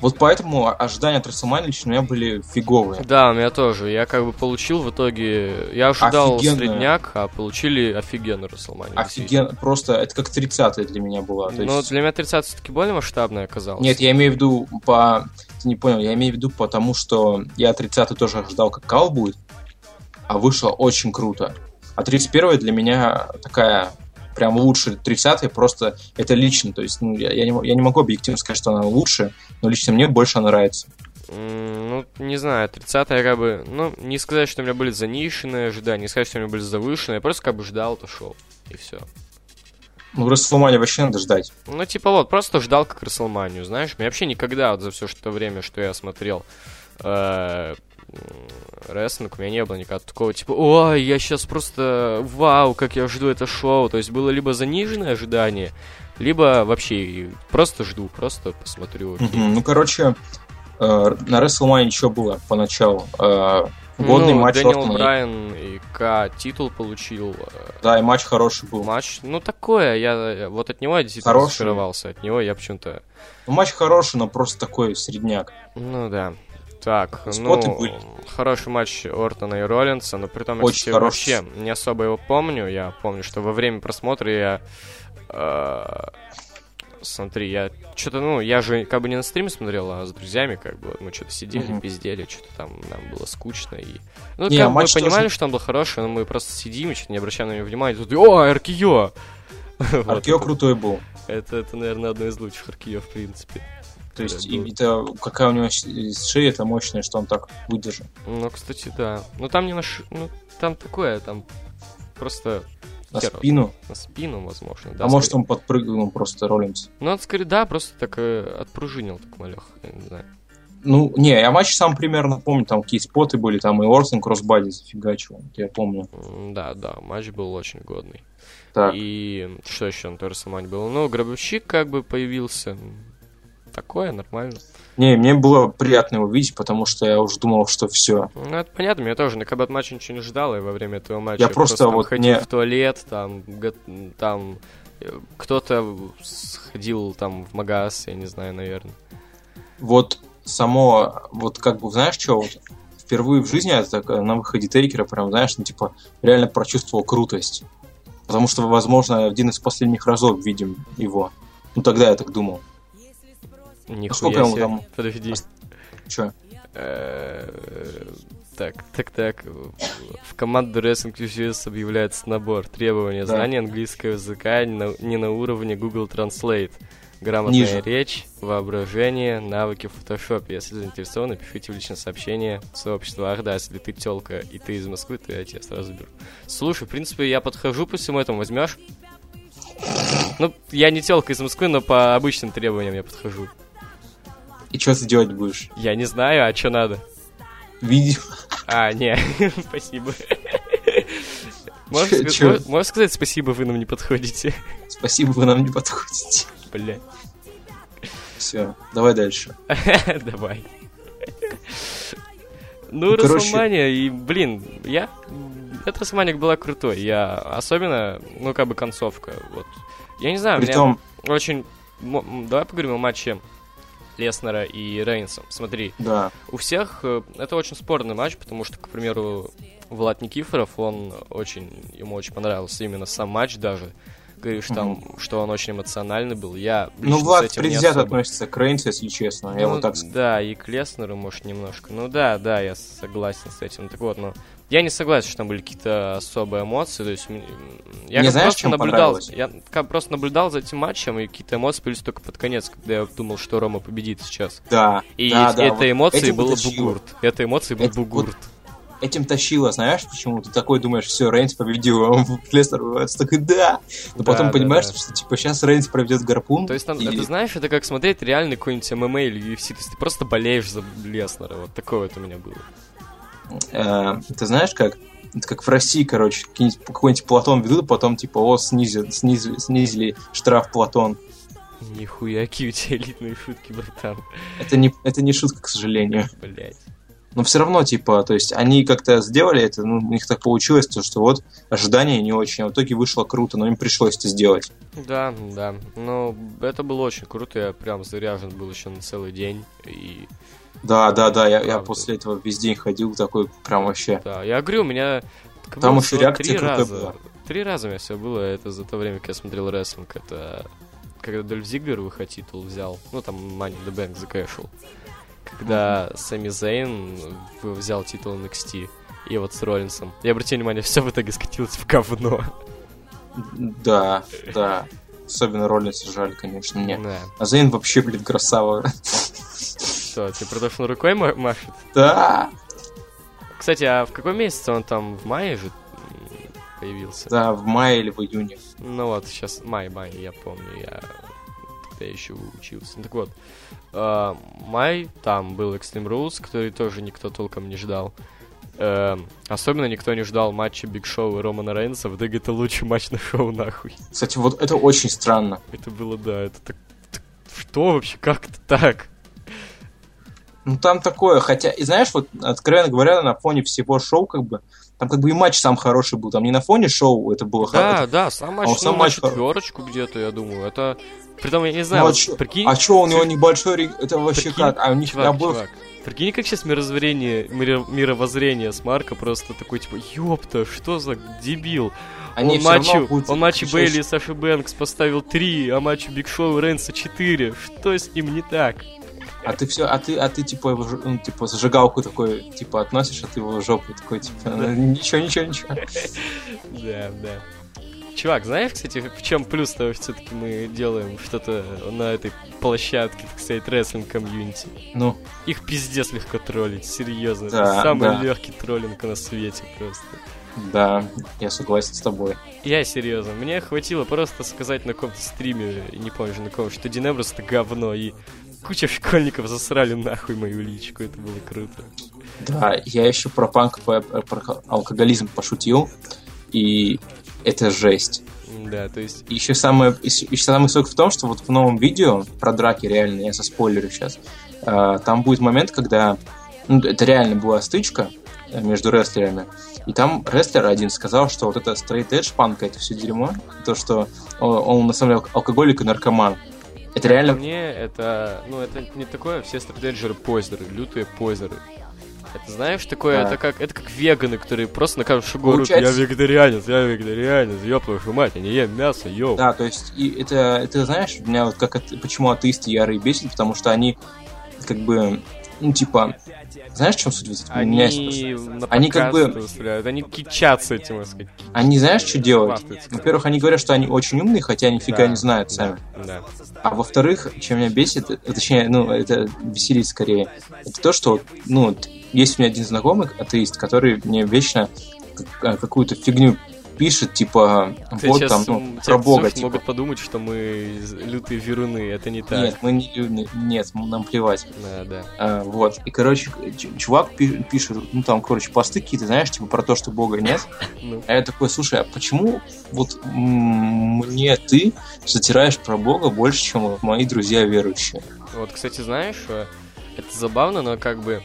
Вот поэтому ожидания от Рестлмании лично у меня были фиговые.
Да, у меня тоже. Я как бы получил в итоге... Я ожидал
Офигенно.
средняк, а получили офигенную Расселманию.
Офигенно, просто это как 30 для меня была. то
Но
есть-
для меня 30 все-таки более масштабная оказалась.
Нет, я имею в виду по... Ты не понял, я имею в виду потому, что я 30 тоже ожидал, как кал будет, а вышло очень круто. А 31 для меня такая прям лучше 30 просто это лично, то есть ну, я, я не, мо- я не могу объективно сказать, что она лучше, но лично мне больше она нравится.
М, Ну, не знаю, 30 как бы... Ну, не сказать, что у меня были заниженные ожидания, не сказать, что у меня были завышенные. Я просто как бы ждал, то шел. И все.
Ну, Расселмане вообще надо ждать.
Ну, типа вот, просто ждал как Расселманию, знаешь? Я вообще никогда вот за все что время, что я смотрел э, м, рестлинг, у меня не было никогда такого, типа, ой, я сейчас просто, вау, как я жду это шоу. То есть было либо заниженное ожидание, либо вообще и просто жду, просто посмотрю. окей.
Мгм. Ну, короче, э, на Расселмане что было поначалу? Э, годный
ну,
матч
Дэниел
Ортона и-
Брайан и К титул получил. э,
Да, и матч хороший был.
Матч, ну такое, я я вот от него я действительно
Хороший.
разочаровался, от него я почему-то,
Ну, матч хороший, но просто такой средняк.
ну да. Так,
Споты
ну,
были.
хороший матч Ортона и Роллинса, но при том, я,
Очень
кстати,
хороший.
вообще не особо его помню, я помню, что во время просмотра я... э, Смотри, я что-то, ну, я же как бы не на стриме смотрел, а с друзьями как бы мы что-то сидели,
Мгм.
пиздели, что-то там нам было скучно и... Ну,
Не,
как бы мы
матч тоже-
понимали, что он был хороший, но мы просто сидим и что-то не обращаем на него внимания, и тут, о, РКО! Вот
Аркео
это-
крутой был.
Это, это, наверное, одно из лучших РКО, в принципе. ну,
То есть,
Это было.
и это какая у него щ- и шея, это мощная, что он так выдержал.
Ну, кстати, да. Ну, там не наш... Ну, там такое, там просто
На
Хер его
спину.
на спину, возможно. Да,
а может,
скорее.
он подпрыгнул просто Роллинс.
Ну, он скорее, да, просто так э, отпружинил, так малех, я не знаю.
Ну, не, я матч сам примерно помню, там какие споты были, там и Ортон кроссбади зафигачил, это я помню.
М, Да, да, матч был очень годный.
Так,
И что еще на той Расселмане было? Ну, гробовщик как бы появился. М, Такое, нормально.
не, мне было приятно его видеть, потому что я уже думал, что все.
Ну, это понятно, я тоже на как бы от матча ничего не ждал, и во время этого матча
Я просто
там
вот
ходил
не-
в туалет, там, го- там э, кто-то сходил там в магаз, я не знаю, наверное.
Вот само, вот как бы, знаешь, что, вот впервые в жизни я так, э, на выходе Тейкера прям, знаешь, ну, типа, реально прочувствовал крутость. Потому что, возможно, один из последних разов видим его. Ну, тогда я так думал.
Нихуя
сколько ему
себе.
там?
Подожди.
Че?
Э, Так, так, так. В команду Wrestling QCS объявляется набор. Требования
Да.
знания английского языка не на- не на уровне Google Translate. Грамотная
Ниже.
речь, воображение, навыки в Photoshop. Если заинтересованы, пишите в личное сообщение в сообщество. Ах да, если ты телка и ты из Москвы, то я тебя сразу беру. Слушай, в принципе, я подхожу по всему этому, возьмешь? Ну, я не телка из Москвы, но по обычным требованиям я подхожу.
И что ты делать будешь?
Я не знаю, а что надо?
Видео.
А, не, спасибо.
Чё-
Можно
чё?
сказать, можно сказать спасибо, вы нам не подходите.
Спасибо, вы нам не подходите.
Бля,
Все, давай дальше.
давай. Ну,
Ну, короче-
Расселмания, и, блин, я... Эта Расселмания была крутой, я... Особенно, ну, как бы концовка, вот. Я не знаю, меня
Притом,
очень... мо- м, Давай поговорим о матче Леснера и Рейнса. Смотри,
да.
У всех э, это очень спорный матч, потому что, к примеру, Влад Никифоров, он очень, ему очень понравился именно сам матч даже. Говоришь там, что он очень эмоциональный был. Я
Ну,
лично с
Влад
этим не
предвзято
особо-
относится к Рейнсу, если честно. Я
Ну,
вот так скажу.
Да, и к Леснеру, может, немножко. Ну да, да, я согласен с этим. Так вот, но я не согласен, что там были какие-то особые эмоции. То есть, м, я
Не
как
знаешь,
просто
чем
наблюдал,
понравилось?
я как просто наблюдал за этим матчем, и какие-то эмоции появились только под конец, когда я думал, что Рома победит сейчас.
Да.
И
да,
эти-
да,
этой
вот
эмоции
этим
было
уточнила.
бугурт. Этой эмоции был
Это вот-
бугурт.
Этим тащило, знаешь, почему? Ты такой думаешь, все, Рейнс победил, а он в Лестер врывается, такой, да. Но
Да,
потом
да,
понимаешь,
да.
что, типа, сейчас Рейнс проведет гарпун.
То есть там,
и-
это знаешь, это как смотреть реальный какой-нибудь ММА или UFC, то есть ты просто болеешь за Леснера, вот такое вот у меня было.
э, ты знаешь, как это как в России, короче, какие-нибудь- какой-нибудь Платон ведут, потом типа, о, снизили, снизили, снизили штраф Платон.
Нихуя, какие у тебя элитные шутки, братан.
Это не, это не шутка, к сожалению.
Блять.
Но все равно, типа, то есть они как-то сделали это, ну, у них так получилось, то, что вот ожидания не очень, а в итоге вышло круто, но им пришлось это сделать.
Да, да. Ну, это было очень круто. Я прям заряжен был еще на целый день. И
Да, да, да, я, я
Правда.
после этого весь день ходил такой прям вообще.
да, я говорю, у меня... как
Там
было
еще
всего
реакция
три
крутая
раза.
была.
Три раза у меня все было. Это за то время, как я смотрел рестлинг. Это когда Дольф Зиглер выход титул взял. Ну, там Money in the Bank закэшил. Когда Сами Зейн в- взял титул NXT. И вот с Роллинсом. Я обратил внимание, все в итоге скатилось в говно.
Да, да. Особенно Роллинса жаль, конечно, мне.
Да.
А Зейн вообще, блин, красава.
Что, тебе про то, что он рукой ма- машет?
Да,
Кстати, а в каком месяце он там? В мае же м, появился?
да, в мае или в июне.
Ну вот, сейчас май, май, я помню, я тогда еще учился. Ну, Так вот, э, май, там был Extreme Rules, который тоже никто толком не ждал. Э, особенно никто не ждал матча Биг Шоу и Романа Рейнса, в итоге это лучший матч на шоу, нахуй.
Кстати, вот это очень странно.
Это было, да, это так... так- Что вообще, как это так?
Ну там такое, хотя, и знаешь, вот, откровенно говоря, на фоне всего шоу, как бы, там как бы и матч сам хороший был, там не на фоне шоу это было хо-
Да, да, сам матч,
А он
ну,
сам
на
матч хоро-
четверочку где-то, я думаю, это... Притом, я не знаю,
а
вот
чё-
прикинь,
А чё, у него небольшой... ри- Это вообще
Прикинь,
как? А у них
Чувак,
обоих...
чувак, прикинь, как сейчас мировоззрение, миро- мировоззрение с Марка просто такой, типа, ёпта, что за дебил?
Они
он
всё равно
матчу,
будут
он матчу
кричать,
Бейли и Саши Бэнкс поставил 3, а матчу Биг Шоу и Рэнса 4. Что с ним не так?
А ты все, а ты, а ты типа, его ж- ну, типа зажигалку такой, типа относишь, а ты его в жопу такой, типа, «Ну, ничего, ничего, ничего.
Да, да. Чувак, знаешь, кстати, в чем плюс того, все таки мы делаем что-то на этой площадке, так сказать, рестлинг-комьюнити?
Ну,
Их пиздец легко троллить, серьезно. это
Да,
самый
да.
легкий троллинг на свете просто.
да, я согласен с тобой.
Я серьезно, мне хватило просто сказать на каком-то стриме, не помню же на ком, что Динеброс это говно, и куча школьников засрали нахуй мою личку, это было круто.
Да, я еще про панк, про, про алкоголизм пошутил, и это жесть.
Да, то есть...
И еще самое, еще самый сок в том, что вот в новом видео про драки реально, я заспойлерю сейчас, там будет момент, когда ну, это реально была стычка э, между рестлерами, и там рестлер один сказал, что вот это straight edge панка, это все дерьмо, то, что о- он на самом деле алкоголик и наркоман. Это реально...
Мне это... Ну, это не такое, все стратеджеры позеры, лютые позеры. Это знаешь такое,
Да.
это как это как веганы, которые просто на каждом шагу орут,
А. Получается-
я вегетарианец, я вегетарианец, ёб твою мать, я не ем мясо, йоу.
Да, то есть, и это, это знаешь, меня вот как ате- почему атеисты ярые бесит, потому что они как бы, ну, типа, знаешь, в чем суть? Вот у меня есть просто-
Они, на
Они как бы-
подкасты устраивают, они кичатся этим, так сказать.
Они знаешь, что делают?
Хвастаются.
Во-первых, они говорят, что они очень умные, хотя нифига
Да.
не знают сами.
Да.
А во-вторых, чем меня бесит, э, точнее, ну, это веселит скорее, это то, что, ну, вот есть у меня один знакомый атеист, который мне вечно к- э, какую-то фигню пишет, типа,
Кстати,
вот
сейчас,
там, ну,
м,
про
тебя
Бога,
слушать
типа.
могут подумать, что мы з- лютые веруны, это не так.
Нет, мы не люди, нет, нам плевать.
Да, да.
Э, вот. И, короче, ч- чувак пи- пишет, ну, там, короче, посты какие-то, знаешь, типа, про то, что Бога нет.
Ну,
А я такой, слушай, а почему вот м, мне ты затираешь про Бога больше, чем вот мои друзья верующие?
вот, кстати, знаешь, э, это забавно, но как бы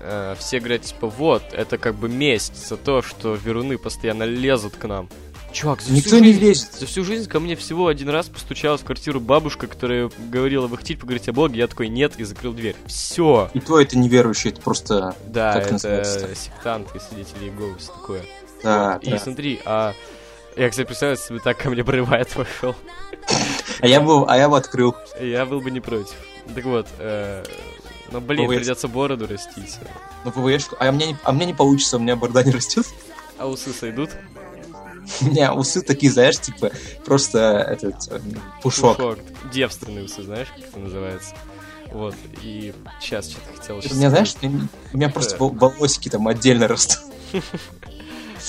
э, все говорят, типа, вот, это как бы месть за то, что веруны постоянно лезут А к нам. Чувак, за всю
Никто не
жизнь-
лезет.
За всю жизнь ко мне всего один раз постучалась в квартиру бабушка, которая говорила, вы хотите поговорить о Боге? Я такой, нет, и закрыл дверь. Все.
И то это не верующие, это просто...
Да,
Как это
это
называется-то?
сектанты, свидетели Иеговы, все такое.
Да,
И
да.
смотри, а... Я, кстати, представляю, если бы так ко мне Брывает вошел.
А я бы, а я бы открыл.
Я был бы не против. Так вот, э, ну, блин,
Бывает.
придется бороду растить.
Ну, ПВЕшку. А мне, не- а мне не получится, у меня борода не растет.
А усы сойдут?
У меня усы такие, знаешь, типа, просто этот м, пушок.
Девственные усы, знаешь, как это называется? Вот, и сейчас что-то хотел...
У
щас
меня, знаешь,
сказать.
у меня- у меня просто
Да.
вол- волосики там отдельно растут.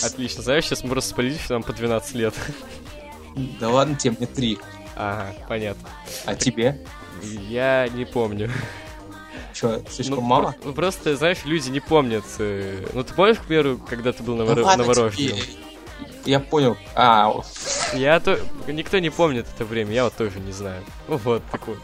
Отлично, знаешь, сейчас мы распалились, что нам по 12 лет.
Да ладно, тебе мне три.
Ага, понятно.
А тебе?
Я не помню.
Че, слишком
Ну,
мало?
про- Просто, знаешь, люди не помнят. э, Ну, ты помнишь, к примеру, когда ты
Ну,
был на, Воро- на Ворошкине?
Я понял. А, о,
Я то... Никто не помнит это время, я вот тоже не знаю. Ну Вот, так вот.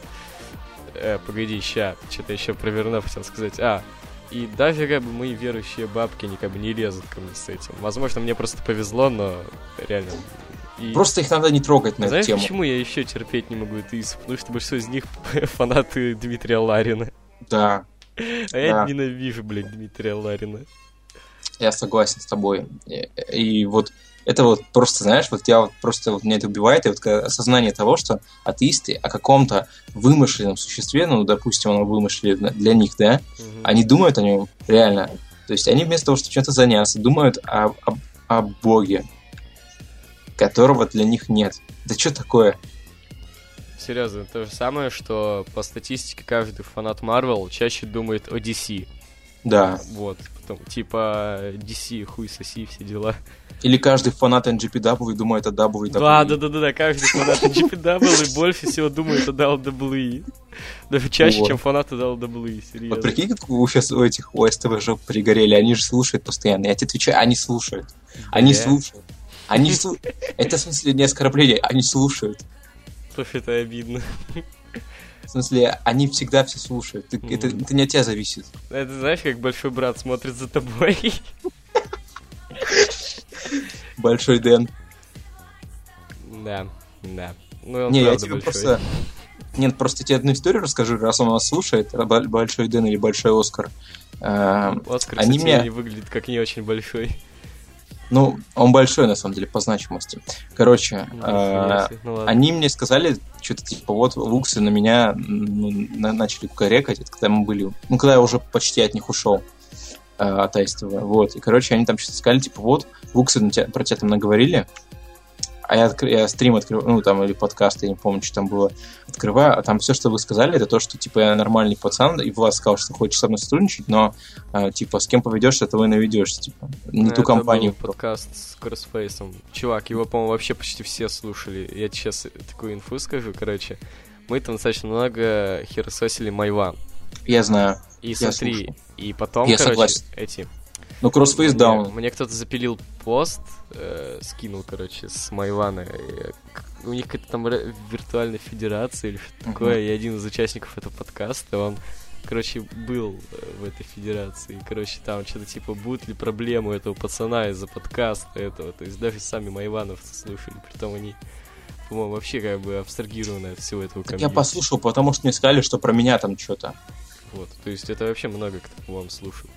Э, погоди, ща, что-то еще про Вернов хотел сказать. А, и даже как бы мои верующие бабки никак бы не лезут ко мне с этим. Возможно, мне просто повезло, но реально. И
просто их надо не трогать на
Знаешь,
эту тему.
почему я еще терпеть не могу атеистов? Потому что большинство из них фанаты Дмитрия Ларина.
Да,
А я
Да.
ненавижу, блядь, Дмитрия Ларина.
я согласен с тобой. И, и вот это вот просто, знаешь, вот я вот просто вот меня это убивает, и вот когда осознание того, что атеисты о каком-то вымышленном существе, ну, допустим, оно вымышленное для них, да,
Мгм.
они думают о нем реально. То есть они вместо того, чтобы чем-то заняться, думают о, о- о Боге, которого для них нет. Да что такое?
Серьезно, то же самое, что по статистике каждый фанат Марвел чаще думает о DC.
Да.
Вот, потом, типа, DC, хуй соси, все дела.
Или каждый фанат NGPW думает о WWE.
Да, да, да, да, да, каждый фанат GPW больше всего думает о WWE. Даже чаще,
Вот.
чем фанаты WWE,
Вот
серьезно.
прикинь, как у сейчас у этих у СТВ жопы пригорели, они же слушают постоянно. Я тебе отвечаю, они слушают. Они
Бля.
слушают. Они слушают. Это в смысле не оскорбление, они слушают.
Слушай, это обидно.
В смысле, они всегда все слушают. Ты- это,
Мгм.
это не от тебя зависит.
Это знаешь, как большой брат смотрит за тобой.
Большой Дэн.
Да, да. Ну, он
Не, я
правда
тебе
большой.
просто... Нет, просто тебе одну историю расскажу, раз он нас слушает, Бо- Большой Дэн или Большой Оскар. Э,
Оскар,
Они
кстати,
меня-
не выглядит как не очень большой.
Ну, он большой, на самом деле, по значимости. Короче,
Ну,
э,
если- ну, ладно.
они мне сказали, что-то типа, вот луксы на меня ну, на- начали корекать, это когда мы были, ну, когда я уже почти от них ушел э, от Аистова, вот. И, короче, они там что-то сказали, типа, вот, луксы на тебя- про тебя там наговорили, а я, откры- я стрим открываю, ну, там, или подкаст, я не помню, что там было, открываю, а там все, что вы сказали, это то, что, типа, я нормальный пацан, и Влад сказал, что хочет со мной сотрудничать, но, э, типа, с кем поведешься, того и наведешься, типа, не
Ну, Это
ту компанию.
был подкаст с Кроссфейсом. Чувак, его, по-моему, вообще почти все слушали. Я сейчас такую инфу скажу, короче. Мы там достаточно много херсосили Майва.
Я знаю.
И смотри,
слушал.
и потом,
Я
короче,
согласен.
эти...
Ну, кроссфейс
мне-
даун.
Мне кто-то запилил пост, э, скинул, короче, с Майвана. Э, к- У них какая-то там ре- виртуальная федерация или что-то
Мгм.
такое. И один из участников этого подкаста, он, короче, был э, в этой федерации. И, короче, там что-то типа, будут ли проблемы у этого пацана из-за подкаста этого. То есть даже сами майвановцы слушали, притом они, по-моему, вообще как бы абстрагированы от всего этого
Так я
комьюнити.
послушал, потому что мне сказали, что про меня там что-то.
Вот. То есть это вообще много кто, по-моему, слушал.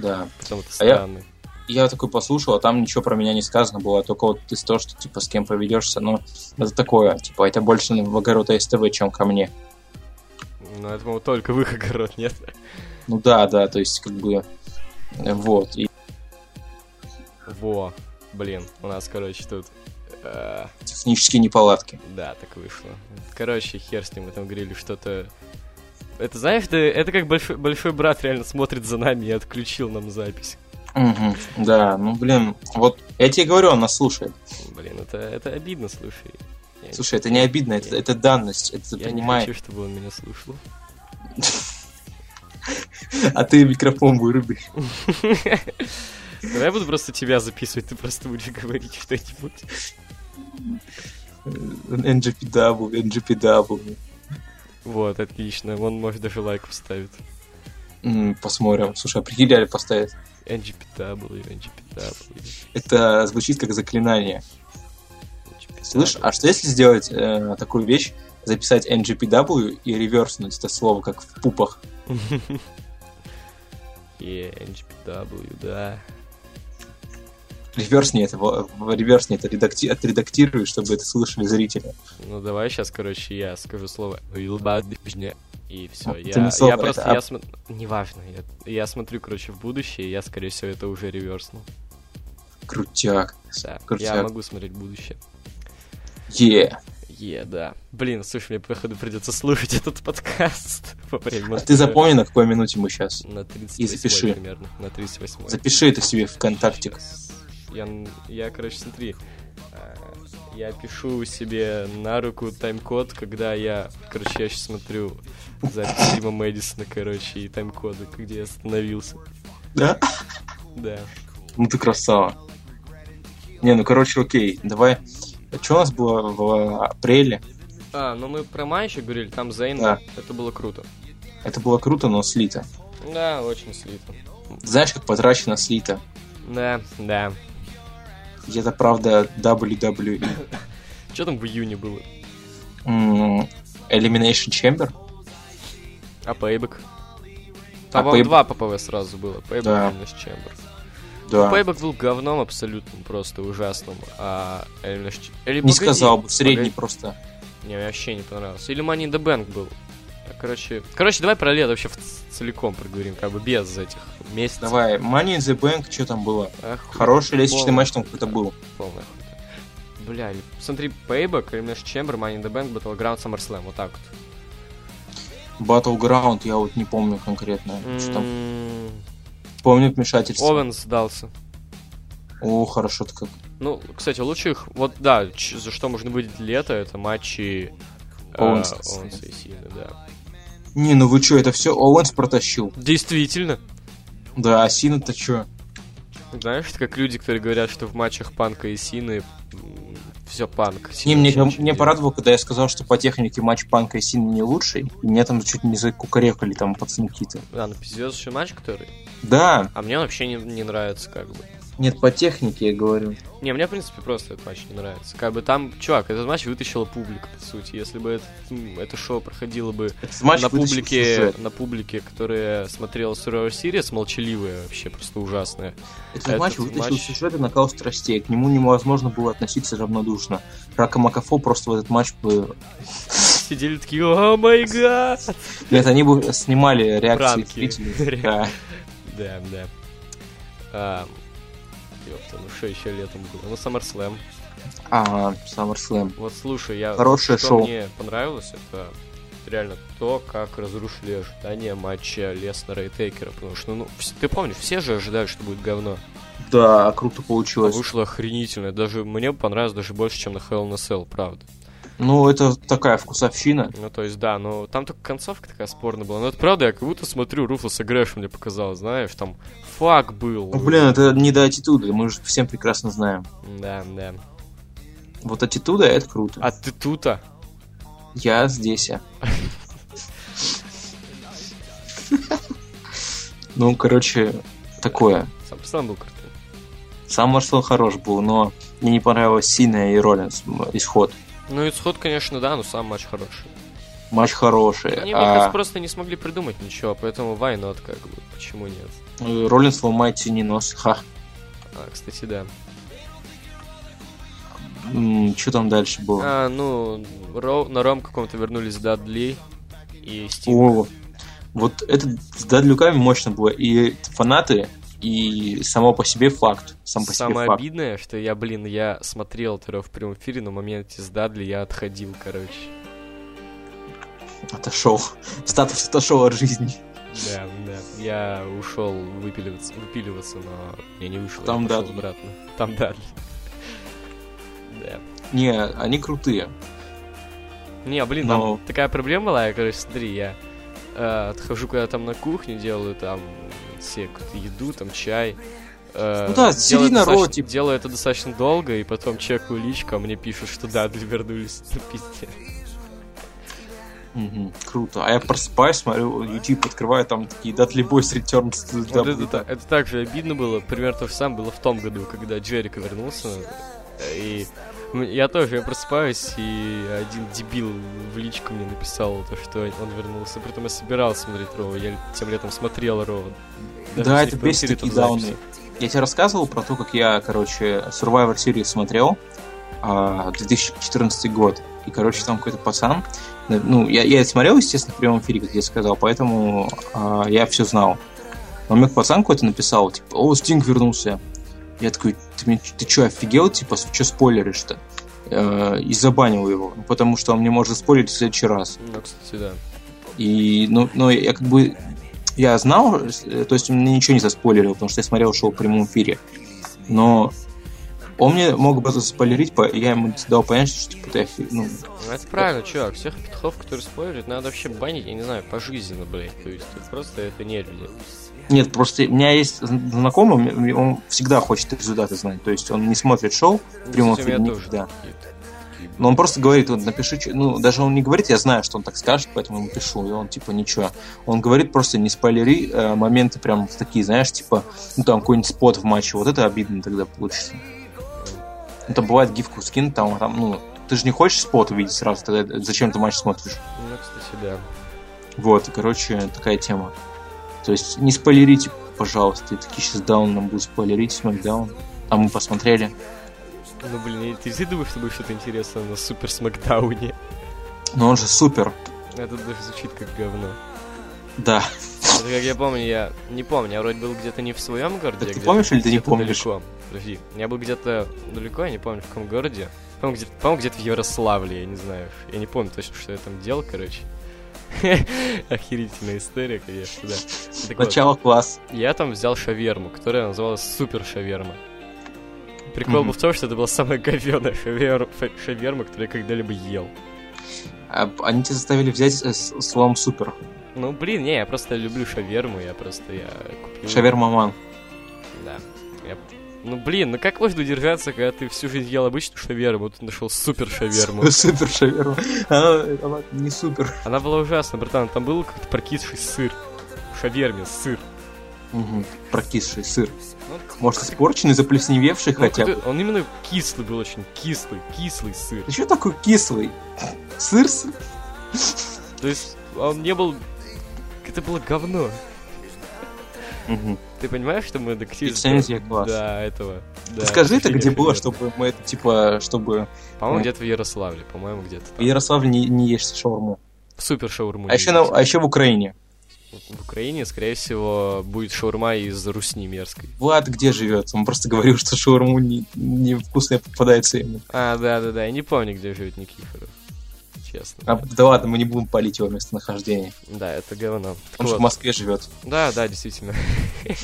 Да.
Притом это
А я-
странно.
И Я такой послушал, а там ничего про меня не сказано было, а только вот из того, что типа с кем поведешься. Ну, это такое, типа, это больше в огород СТВ, чем ко мне.
Ну, это, по-моему, только в их огород, нет?
Ну да, да, то есть, как бы. э, Вот. И
Во, блин, у нас, короче, тут... э,
технические неполадки.
да, так вышло. Короче, хер с ним, мы там говорили что-то... Это, знаешь, это, это как большой, большой брат реально смотрит за нами и отключил нам запись.
Мгм. Да, ну блин, вот я тебе говорю, он нас слушает.
Блин, это, это обидно, слушай. Я-
Слушай, это не обидно, это, это данность, это ты
Я не
понимаешь.
хочу, чтобы он меня слушал.
А ты микрофон выруби.
Давай я буду просто тебя записывать, ты просто будешь говорить что-нибудь.
Э, NGPW, NGPW.
Вот, отлично, он, может, даже лайк поставит.
М, Посмотрим. Слушай, а прикинь, реально поставят.
NGPW, NGPW,
Это звучит как заклинание.
NGPW.
Слышь, а что если сделать э, такую вещь, записать NGPW и реверснуть это слово, как в пупах?
Е, NGPW, да.
Реверсни это, во- в- реверсни это, редакти- отредактируй, чтобы это слышали зрители.
Ну давай сейчас, короче, я скажу слово «Уилбадыпжня», и все.
Это
Я,
не а слово,
я
это
просто,
об-
я см- неважно, я, я смотрю, короче, в будущее, и я, скорее всего, это уже реверснул.
Крутяк.
Да, я
Крутяк.
могу смотреть будущее.
Е. А
Е, да. Блин, слушай, мне, походу, придется слушать этот подкаст. во время
А ты
монтажа.
запомни, на какой минуте мы сейчас.
На 38
и запиши.
примерно, на 38
Запиши это себе в контактик.
Щас. Я, н- я, короче, смотри, э, Я пишу себе на руку тайм-код, когда я... Короче, я сейчас смотрю запись Тима Мэдисона, короче, и тайм-коды, где я остановился.
Да?
Да.
Ну ты красава. Не, ну короче, окей, давай. Что у нас было в апреле?
А, ну мы про май еще говорили, там Зейн.
Да.
Это было круто.
Это было круто, но слито.
Да, очень слито.
Знаешь, как потрачено слито?
Да, да.
И это правда WWE.
Что там в июне было?
М, Elimination Chamber?
А пейбэк? Там
А
вам
Payback-
два ППВ сразу было. Пейбэк
Да.
Elimination Chamber.
Да.
Payback был говном абсолютным, просто ужасным. А Elimination... Или
Не
погоди,
сказал бы, средний
погоди.
просто.
Не, мне вообще не понравился. Или Money in the Bank был. А, Короче, короче, давай про лето вообще в ц- целиком проговорим, как бы без этих месяцев.
Давай, Money in the Bank, что там было?
Ах,
Хороший лестничный
полная
матч там какой-то
хуйня.
был.
Полная хуйня. Бля, или- смотри, Payback, Elimination Chamber, Money in the Bank, Battleground, SummerSlam, вот так вот.
Battleground, я вот не помню конкретно, Ну что там.
М,
Помню вмешательство.
Оуэнс М-м, сдался.
О, хорошо ты как.
Ну, кстати, лучших, вот да, ч- за что можно выделить лето, это матчи э,
Оуэнса.
Оуэнса и Сины, да.
Не, ну вы чё, это все Оуэнс протащил. действительно.
Действительно.
Да, а Сина-то чё?
Знаешь, это как люди, которые говорят, что в матчах Панка и Сины м, все панк.
Не,
Сина
мне,
вообще
мне
Типа ничего не делает.
порадовало, когда я сказал, что по технике матч Панка и Сина не лучший, и меня там чуть не закукарекали там пацаны какие-то.
Да, ну пиздец матч, который.
Да,
А мне он вообще не, не нравится, как бы.
нет, по технике я говорю.
Не, мне, в принципе, просто этот матч не нравится. Как бы там, чувак, этот матч вытащила публика, по сути. Если бы это, м, это шоу проходило бы
Этот матч
на
вытащил
публике,
сюжет.
на публике, которая смотрела Survivor Series, молчаливая вообще, просто ужасная.
Этот,
этот
матч вытащил
матч-
сюжет и накал страстей. К нему невозможно было относиться равнодушно. Рака Макафо просто в этот матч бы...
Сидели такие, о май гад!
Нет, они бы снимали реакции
Пранки.
зрителей. Да.
Да, да. А, ёпта, ну что еще летом было? Ну, SummerSlam.
А, SummerSlam.
Вот слушай, я...
Хорошее
что
шоу.
мне понравилось, это реально то, как разрушили ожидания матча Леснера и Тейкера, потому что, ну, вс- ты помнишь, все же ожидают, что будет говно.
Да, круто
А
получилось.
вышло охренительно, даже мне понравилось даже больше, чем на Hell in a Cell, правда.
Ну, это такая вкусовщина.
Ну, то есть, да, но там только концовка такая спорная была, но это правда, я как будто смотрю, Ruthless Aggression мне показал, знаешь, там фак был.
Ну, блин, это не до аттитуды, мы же всем прекрасно знаем.
Да, да.
Вот аттитуда — это круто.
А ты тута?
Я здесь. а. Ну, короче, такое.
Сам сам был крутой.
Сам Марсел хорош был, но мне не понравилось Сина и Роллинс м, исход.
Ну, исход, конечно, да, но сам матч хороший.
Матч хороший.
Они, мне кажется,
а
просто не смогли придумать ничего, поэтому why not, как бы, почему нет?
э, Роллинс ломает Синий нос. Ха.
А, кстати, да.
Что там дальше было?
А, ну, Ро- на Ром каком-то вернулись Дадли и Стинг.
О, вот это с Дадлюками мощно было. И фанаты, и само по себе факт. Сам по себе
Самое
факт.
обидное, что я, блин, я смотрел это в прямом эфире, но в моменте с Дадли я отходил, короче.
Отошел. Статус отошел от жизни.
Да, да. Я ушел выпиливаться, выпиливаться, но я не вышел. я
Там
пошел
Дадли.
обратно. Там Дадли. Да.
Не, они крутые.
Не, блин,
Но-
там такая проблема была, я, короче, смотри, я э, отхожу когда там на кухню, делаю там все какую-то еду, там чай. э,
Ну
делаю
да, сиди на
достаточно-
роу, типа.
Делаю это достаточно долго, и потом чекаю личку, а мне пишут, что да, для вернулись на пизде.
Мгм, круто. А я просыпаюсь, смотрю, YouTube открываю, там такие дат любой с Return to
Вот
WWE.
это, та- это так же обидно было, примерно то же самое было в том году, когда Джерика вернулся, э, и м- я тоже, я просыпаюсь, и один дебил в личку мне написал то, что он вернулся, притом я собирался смотреть Роу, я тем летом смотрел Роу. Даже
Да,
если
это
в прямом
бесит
эфире
такие
там записи.
дауны. Я тебе рассказывал про то, как я, короче, Survivor Series смотрел, а, 2014 год, и, короче, там какой-то пацан, э, ну, я, я это смотрел, естественно, в прямом эфире, как я сказал, поэтому а, я все знал. Но мне пацан какой-то написал, типа, о, Стинг вернулся. Я такой, ты, мне, ты чё, офигел, типа, что спойлеришь-то? Э, И забанил его, ну, потому что он мне может спойлерить в следующий раз.
Ну, кстати, да.
И, ну, но я как бы я знал, э, то есть мне ничего не заспойлерил, потому что я смотрел шоу в прямом эфире. Но Он мне мог бы заспойлерить, по- я ему дал понять, что типа, ты охи- ну,
Ну, это правильно, чувак. Всех петухов, которые спойлерят, надо вообще банить, я не знаю, пожизненно, блядь. То есть это просто это не люди.
Нет, просто у меня есть зн- знакомый, м- м- он всегда хочет результаты знать. То есть он не смотрит шоу в прямом
Ну, Кстати, у
эфире
меня тоже
никогда.
такие-
Но он просто говорит, вот напиши, чё- ну даже он не говорит, я знаю, что он так скажет, поэтому ему пишу, и он типа ничего. Он говорит просто не спойлери, э, моменты прям такие, знаешь, типа, ну там какой-нибудь спот в матче, вот это обидно тогда получится. Это бывает гифку скин, там, там, ну, ты же не хочешь спот увидеть сразу, тогда зачем ты матч смотришь?
Ну, кстати, да.
Вот, и, короче, такая тема. То есть не спойлерите, пожалуйста. И такие сейчас даун нам будут спойлерить, смакдаун. А мы посмотрели.
Ну, блин, и ты, ты думаешь, что будет что-то интересное на Супер Смакдауне?
Но он же супер.
Это даже звучит как говно.
Да.
Это как я помню, я не помню, я вроде был где-то не в своем городе.
Да ты
где-то-
помнишь или ты не
где-то
помнишь?
Далеко. Подожди, я был где-то далеко, я не помню в каком городе. По-моему, где-то, по-моему, где-то в Ярославле, я не знаю. Я не помню точно, что я там делал, короче. Охерительная история, конечно, да. Так вот,
Начало класс.
я там взял шаверму, которая называлась Супер Шаверма. Прикол был в том, что это была самая говёная шавер- фа- шаверма, которую я когда-либо ел.
А, Они тебя заставили взять э, с- словом супер.
Ну, блин, не, я просто люблю шаверму, я просто, я купил...
Шавермаман.
Да. Я- Ну блин, ну как можно удержаться, когда ты всю жизнь ел обычную шаверму, а тут нашел супер шаверму.
Супер шаверма. Она, она не супер.
Она была ужасна, братан, там был какой-то прокисший сыр. В шаверме сыр.
Мгм. Прокисший сыр.
Ну,
Может, испорченный, заплесневевший
ну,
хотя бы.
какой-то- Он именно кислый был очень, кислый, кислый сыр.
Ты что такой кислый? Сыр с-
То есть он не был... Это было говно.
Мгм.
Ты понимаешь, что мы докатились
Лицензия класс.
Да, этого. Да,
Скажи это, где
шавермы.
было, чтобы мы это, типа, чтобы
По-моему, где-то в Ярославле, по-моему, где-то
в
там.
Ярославле не, не ешь шаурму.
В супер шаурму.
А еще, на- а еще в Украине.
В Украине, скорее всего, будет шаурма из русни мерзкой.
Влад где живет? Он просто говорил, что шаурму не, невкусная попадается ему.
А, да-да-да, я не помню, где живет Никифоров. Честно.
А, да ладно, мы не будем палить его местонахождение.
Да, это говно. Так
Он же в
вот.
Москве живет.
Да, да, действительно.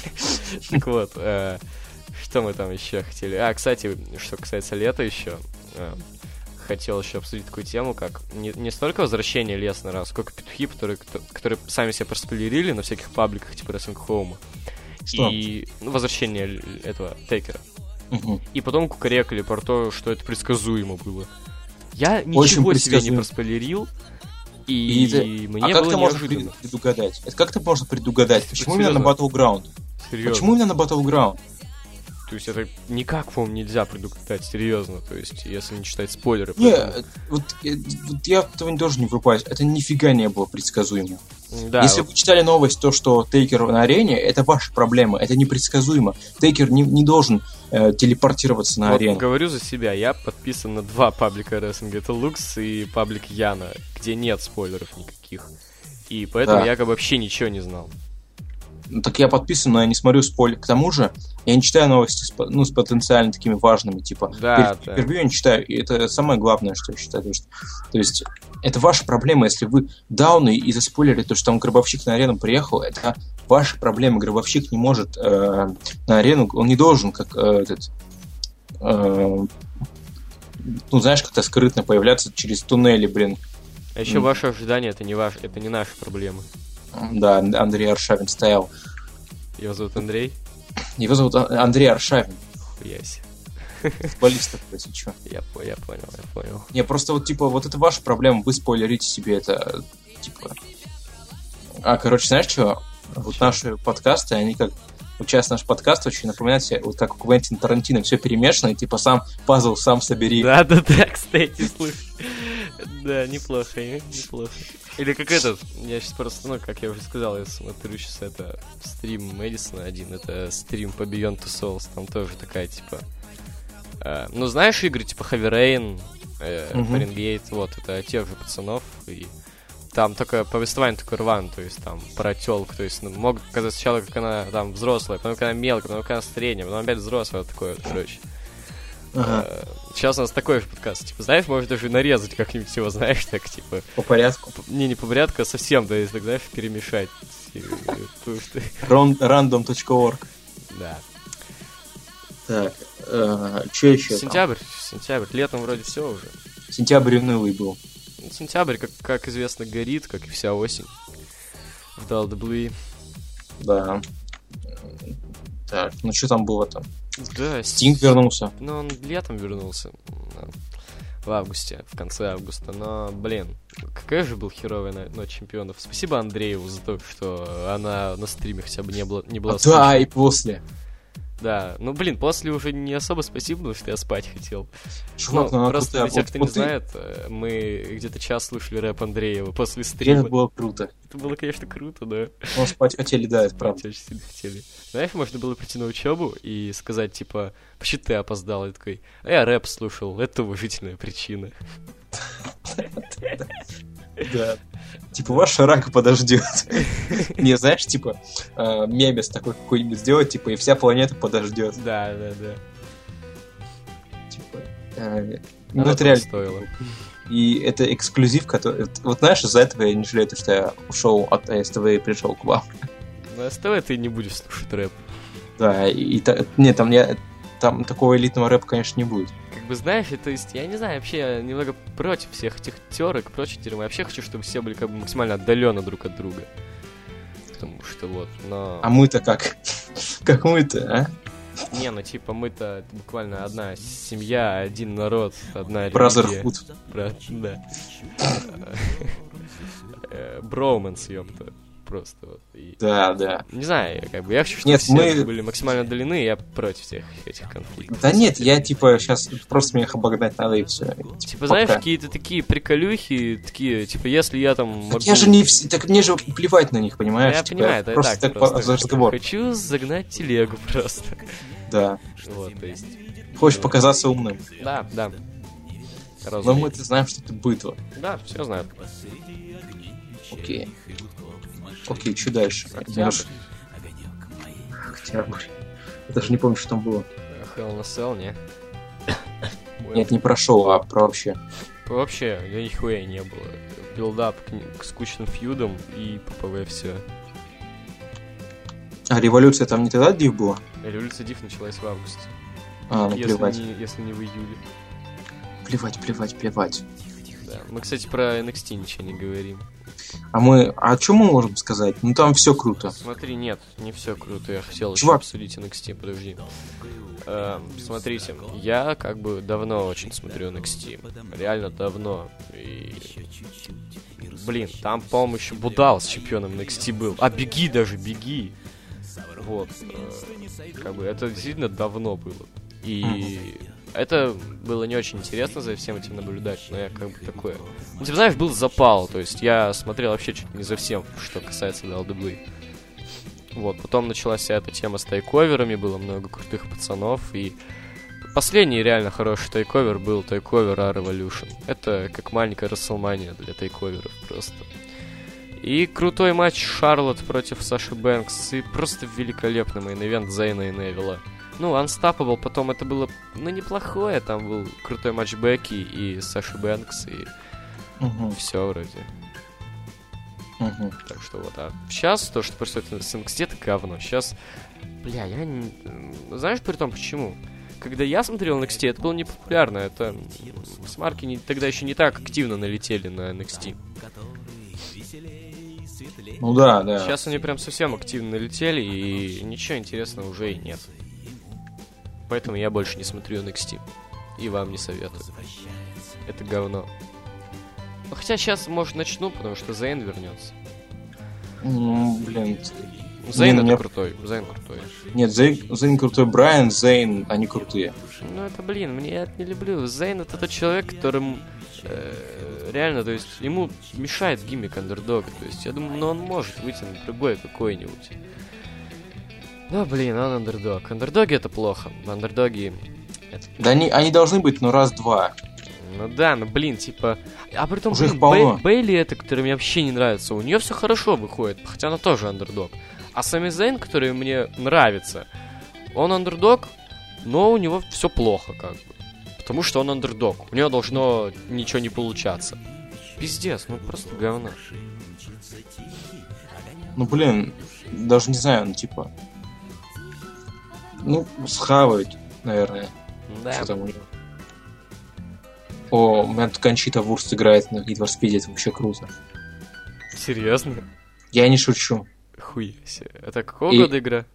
Так вот, э, что мы там еще хотели? А, кстати, что касается лета еще, э, хотел еще обсудить такую тему, как не, не столько возвращение Леснера, сколько петухи, которые, кто- которые сами себя проспойлерили на всяких пабликах, типа Wrestling Home.
Что?
И ну, возвращение л- этого Тейкера.
Мгм.
И потом кукарекали про то, что это предсказуемо было. Я
Очень
ничего себе не
предсказуемо.
проспойлерил,
и
и,
это-
мне
А как
было
это можно
неожиданно.
пред- предугадать? Это как это можно предугадать? Почему именно на
серьезно?
Battleground?
Серьезно.
Почему именно на Battleground?
То есть это никак, по-моему, нельзя предугадать, серьезно. То есть, если не читать спойлеры.
Не,
поэтому-
э, вот, э, вот я в этого тоже не врубаюсь. Это нифига не было предсказуемо.
Да,
Если вы читали новость, то, что Тейкер на арене, это ваша проблема, это непредсказуемо. Тейкер не, не должен э, телепортироваться на
вот
арену.
говорю за себя, я подписан на два паблика рестлинга. Это Лукс и паблик Яна, где нет спойлеров никаких. И поэтому
Да.
я как бы вообще ничего не знал.
Ну, так я подписан, но я не смотрю спойлер. К тому же, я не читаю новости с, по- ну, с потенциально такими важными, типа
Да,
пер-
да.
интервью я не читаю, и это самое главное, что я считаю. То есть, то есть это ваша проблема, если вы дауны и заспойлерили то, что там гробовщик на арену приехал, это ваша проблема. Гробовщик не может э, на арену, он не должен, как э, этот... э, ну, знаешь, как-то скрытно появляться через туннели, блин.
А еще
М.
ваши ожидания это не ваш, это не наши проблемы.
Да, Андрей Аршавин стоял.
Его зовут Андрей.
Его зовут А- Андрей Аршавин,
Хуясь.
футболист такой, если чё.
Я, по- я понял, я понял.
Не, просто вот, типа, вот это ваша проблема, вы спойлерите себе это, э, типа... А, короче, знаешь что? Вот наши подкасты, они как... Вот сейчас наш подкаст очень напоминает себе, вот как у Квентин Тарантино, все перемешано, и типа сам пазл сам собери.
Да, да, да, кстати, слушай. Да, неплохо, э, неплохо. Или как этот, я сейчас просто, ну, как я уже сказал, я смотрю сейчас это стрим Мэдисона один, это стрим по Beyond the Souls, там тоже такая, типа... э, ну, знаешь игры типа Heavy Rain, э,
Мгм.
Фаренгейт, вот, это тех же пацанов, и там такое повествование такое рван, то есть там про телку, то есть ну, могут показать сначала, как она там взрослая, потом как она мелкая, потом как она средняя, потом опять взрослая, вот такое вот, короче.
Ага,
Э, Сейчас у нас такой же подкаст. Типа, знаешь, можешь даже нарезать как-нибудь его, знаешь, так, типа,
по порядку.
п- не, не по порядку, а совсем, да, если, так, знаешь, перемешать. И, э, то, что-
Рон- Random.org.
Да.
Так, э, че еще? там?
Сентябрь, сентябрь, летом вроде все уже. Ну,
Сентябрь унылый был.
Сентябрь, как, как известно, горит, как и вся осень в WWE.
Да. Так, ну что там было там?
Да,
Стинг вернулся.
Ну, он летом вернулся. м, В августе, в конце августа. Но, блин, какая же был херовая на- ночь чемпионов. Спасибо Андрееву за то, что она на стриме хотя бы не была, не была
А, да,
слышна.
и после.
Ну, Да, ну, блин, после уже не особо спасибо, потому что я спать хотел.
Чувак,
Ну,
ну, она
просто
крутая.
для тех,
Вот-
кто
вот
не
ты-
знает, э, мы где-то час слушали рэп Андреева после стрима.
Реально было круто.
Это было, конечно, круто, да.
Он спать хотели, да, это правда.
Тебя очень сильно хотели. Знаешь, можно было прийти на учебу и сказать, типа, почему ты опоздал? И такой, а я рэп слушал, это уважительная причина.
Да. Типа, ваша рака подождет. Не, знаешь, типа, э, мемес такой какой-нибудь сделать, типа, и вся планета подождет.
Да, да, да.
Типа, э,
Оно
ну, это
того
реально.
стоило.
И это эксклюзив, который... Вот знаешь, из-за этого я не жалею, то, что я ушел от АСТВ и пришел к вам.
На СТВ ты не будешь слушать рэп.
Да, и... и та- Не, там я... Там такого элитного рэпа, конечно, не будет.
Как бы знаешь, то есть, я не знаю, вообще я немного против всех этих терок, прочей дерьма. Я вообще хочу, чтобы все были как бы максимально отдаленно друг от друга. Потому что вот, но...
А мы-то как? Как мы-то, а?
Не, ну типа мы-то буквально одна семья, один народ, одна религия.
Бразерфуд.
Брат, да. Э, Броуманс, ёпта. Просто вот. И-
Да, да.
Не знаю, я как бы я хочу, чтобы
Нет,
все
мы-
были максимально удалены, и я против всех этих конфликтов.
Да нет, я типа сейчас просто мне их обогнать надо и все.
Типа, знаешь, какие-то такие приколюхи, такие, типа, если я там могу-
Я же не вс- так мне же плевать на них, понимаешь?
Ну, Я
Типа,
понимаю, это
просто
так
так по-
просто.
за разговор.
Хочу загнать телегу просто.
Да.
Вот, то есть. э,
Хочешь показаться умным.
Да, да.
Но
Разумеется.
мы-то знаем, что ты быдло.
Да, все знают.
Окей. Окей, что дальше? Немножко- Октябрь. Я даже не помню, что там было.
Hell in a Cell, не?
Нет, не прошел, а про вообще.
Вообще, я нихуя не было. Билдап к, не- к скучным фьюдам и ППВ все.
А революция там не тогда див была?
Революция Див началась в августе.
А, ну
Если
плевать.
не, если не в июле.
Плевать, плевать, плевать.
Да. Мы, кстати, про NXT ничего не говорим.
А мы... А о чем мы можем сказать? Ну там все круто.
Смотри, нет, не все круто. Я хотел еще
Чувак.
обсудить NXT, подожди. Эм, смотрите, я как бы давно очень смотрю NXT. Реально давно. И... Блин, там, по-моему, еще Будал с чемпионом NXT был. А, беги даже, беги. Вот. э, Как бы это действительно давно было. И это было не очень интересно за всем этим наблюдать, но я как бы такое... Ну, типа, знаешь, был запал, то есть я смотрел вообще чуть не за всем, что касается WWE. Вот, потом началась вся эта тема с тайковерами, было много крутых пацанов, и последний реально хороший тайковер был тайковер A Revolution. Это как маленькая Расселмания для тайковеров просто. И крутой матч Шарлот против Саши Бэнкс, и просто великолепный мейн-ивент Зейна и Невилла. Ну, Unstoppable потом это было, ну, неплохое, там был крутой матч Бекки и Саши Бэнкс, и
Мгм,
все вроде.
мгм.
Так что вот, а сейчас то, что происходит с NXT, это говно. Сейчас, бля, я не... м, Знаешь, при том, почему? Когда я смотрел NXT, это было непопулярно. Это м, с марки не- тогда еще не так активно налетели на NXT.
Ну да, да.
Сейчас они прям совсем активно налетели, и ничего интересного уже и нет. Поэтому я больше не смотрю NXT. И вам не советую. Это говно. Ну, Хотя сейчас, может, начну, потому что Зейн вернется.
Ну, блин.
Зейн
ну
это
мне-
крутой. Зейн крутой.
Нет, Зейн, Зейн крутой, Брайан, Зейн, они крутые.
Ну это, блин, мне я это не люблю. Зейн это тот человек, которым э, реально, то есть ему мешает гиммик андердога. То есть я думаю, ну он может выйти на другой какой-нибудь. Но, блин, он андердог. Андердоги это плохо. Андердоги...
Да они, они должны быть, ну, раз-два.
Ну да, ну блин, типа... А при том,
Уже их
блин, Бей-
полно.
Бейли это, который мне вообще не нравится. У нее все хорошо выходит, хотя она тоже андердог. А Сами Зейн, который мне нравится, он андердог, но у него все плохо как бы. Потому что он андердог. У него должно ничего не получаться. Пиздец, ну просто говно.
Ну, блин, даже не знаю, ну, типа... Ну, схавают, наверное.
Да.
Что там у него? О, у меня тут Кончита Вурст играет на Гидварспеде, это вообще круто.
Серьезно?
Я не шучу.
Хуй себе. Это какого
И-
года игра?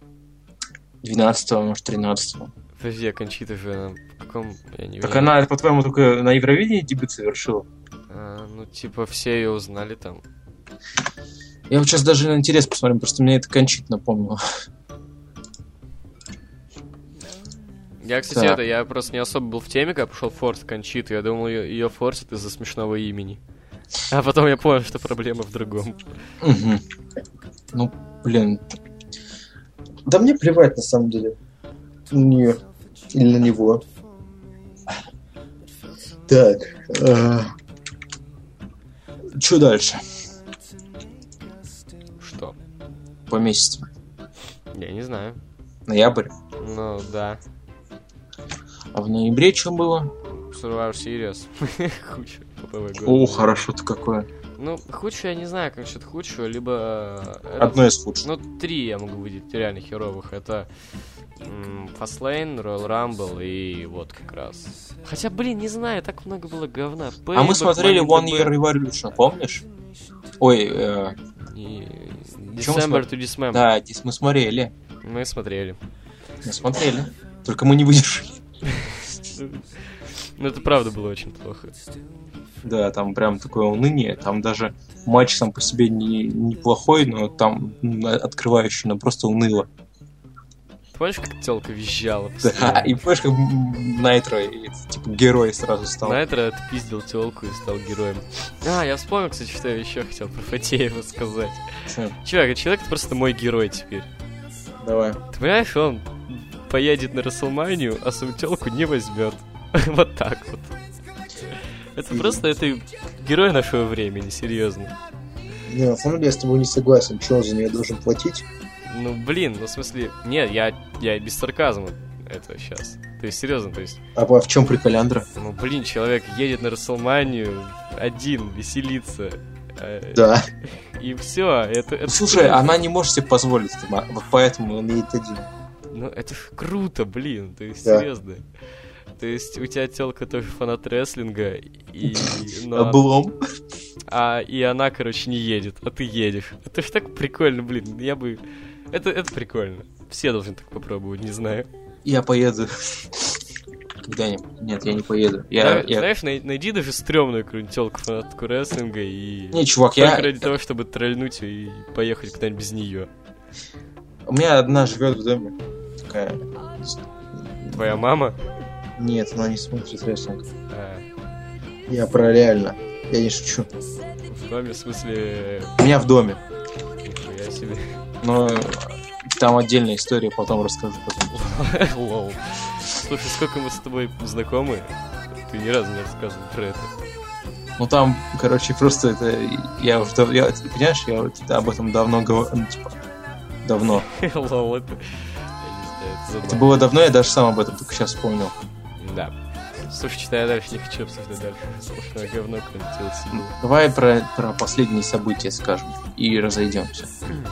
12 может, 13
Подожди, а Кончита же она в каком... Я не
Так
уверен.
она, по-твоему, только на Евровидении дебют совершила?
А, ну, типа, все ее узнали там.
Я вот сейчас даже на интерес посмотрю, просто мне это Кончит напомнило.
Я, кстати,
Так.
это, я просто не особо был в теме, когда пошел форс Кончиту. Я думал, ее, форсят из-за смешного имени. А потом я понял, что проблема в другом.
Мгм. Ну, блин. Да мне плевать, на самом деле. На нее. Или на него. Так. Что дальше?
Что?
По месяцам.
Я не знаю.
Ноябрь.
Ну, да.
А в ноябре что было?
Survivor Series. Хуча. PPV года.
О, хорошо-то какое.
Ну, худшую я не знаю, как насчет худшего, либо... э, это-
Одно из худших.
Ну, три я могу выделить реально херовых. Это м, Fastlane, Royal Rumble и вот как раз. Хотя, блин, не знаю, так много было говна.
А мы
Payback,
смотрели
Money in
One
the
Year
Bank
Revolution, помнишь? Ой, э,
и
Чё мы
December to Dismember.
да, дис- мы смотрели.
Мы смотрели.
Мы смотрели. Только мы не выдержали.
Ну, это правда было очень плохо.
Да, там прям такое уныние. Там даже матч сам по себе не, неплохой, но там м, открывающий, но просто уныло.
Помнишь, как телка визжала?
Да, А, и помнишь, как м, Найтро, и, типа, герой сразу стал.
Найтро отпиздил телку и стал героем. А, я вспомнил, кстати, что я еще хотел про Фатеева сказать. Чувак, этот человек просто мой герой теперь.
Давай.
Ты понимаешь, он поедет на Расселманию, а свою телку не возьмет. Вот так вот. Это просто это герой нашего времени, серьезно.
Не, на самом деле я с тобой не согласен. Чего он за нее должен платить?
Ну блин, ну в смысле. Нет, я, я без сарказма это сейчас. То есть, серьезно, то есть,
А по-
В чем приколяндра?
ну блин, человек едет на Расселманию один, веселится. э,
Да. а
И все, это, это
Слушай,
круто.
она не может себе позволить, Тома, вот поэтому он едет один.
Ну, это ж круто, блин, то есть,
Да.
серьезно. То есть, у тебя телка тоже фанат рестлинга, и... но она-
Облом.
а, и она, короче, не едет, а ты едешь. Это ж так прикольно, блин, я бы... Это, это прикольно. Все должны так попробовать, не знаю.
Я поеду. Когда-нибудь. Нет, я не поеду. Я,
Зна-
я...
Знаешь, най- найди даже стрёмную какую-нибудь тёлку фанатку рестлинга и...
Не, чувак,
Только
я...
ради того, чтобы тролльнуть её и поехать куда-нибудь без нее.
У меня одна живет в доме. Такая...
Твоя мама?
Нет, она не смотрит рестлинг.
А,
Я про реально. Я не шучу.
в доме, в смысле...
У меня в доме.
Нихуя себе.
Но там отдельная история, потом расскажу. Потом.
Лол. Слушай, сколько мы с тобой знакомы, ты ни разу не рассказывал про это.
Ну там, короче, просто это... Я уже... дав- Я, ты понимаешь, я вот об этом давно говорил. типа, давно.
Лол, это... Я не знаю, это
Это
забавно.
было давно, я даже сам об этом только сейчас вспомнил.
Да. Слушай, что я дальше не хочу обсуждать дальше. Слушай, говно крутилось.
Давай про, про последние события скажем и разойдемся.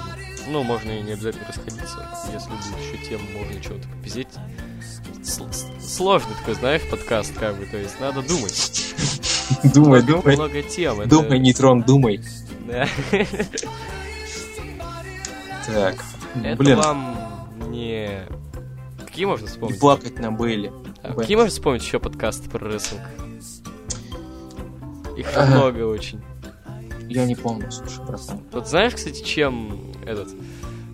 Ну, можно и не обязательно расходиться. Если будет еще тема, можно чего-то попиздеть. Сл- с- Сложный такой, знаешь, подкаст, как бы, то есть надо думать.
Думай, думай.
Много тем. Ну, это-
Думай, нейтрон, думай.
Да.
Так,
Это
блин,
вам не... Какие можно
не
вспомнить?
плакать на Бейли.
А Какие можно вспомнить еще подкасты про рестлинг? Их
Ага.
много очень.
Я не помню, слушай, братан.
Вот знаешь, кстати, чем этот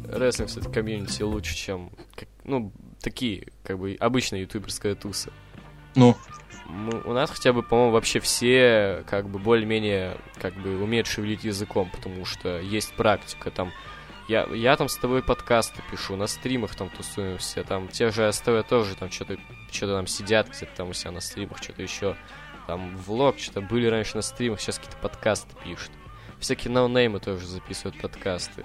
рестлинг, кстати, комьюнити лучше, чем, как- ну, такие, как бы, обычные ютуберская туса?
Ну,
Мы- у нас хотя бы, по-моему, вообще все, как бы, более-менее, как бы, умеют шевелить языком, потому что есть практика, там, я, я там с тобой подкасты пишу, на стримах там тусуемся, там те же СТВ тоже там что-то что-то там сидят где-то там у себя на стримах, что-то еще, там влог, что-то были раньше на стримах, сейчас какие-то подкасты пишут. Всякие ноунеймы тоже записывают подкасты.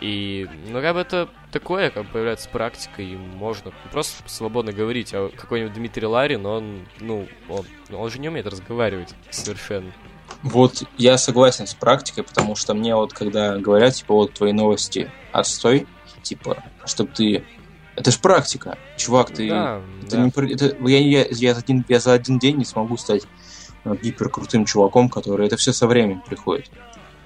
И, ну, как бы это такое, как бы появляется практика, и можно просто свободно говорить. А какой-нибудь Дмитрий Ларин, он, ну, он, он же не умеет разговаривать совершенно.
вот я согласен с практикой, потому что мне вот когда говорят, типа, вот твои новости отстой, типа, чтобы ты Это же практика. Чувак, ты...
Да,
это
да.
не пр- это- я, я- я за один, я за один день не смогу стать э, гиперкрутым чуваком, который... Это все со временем приходит.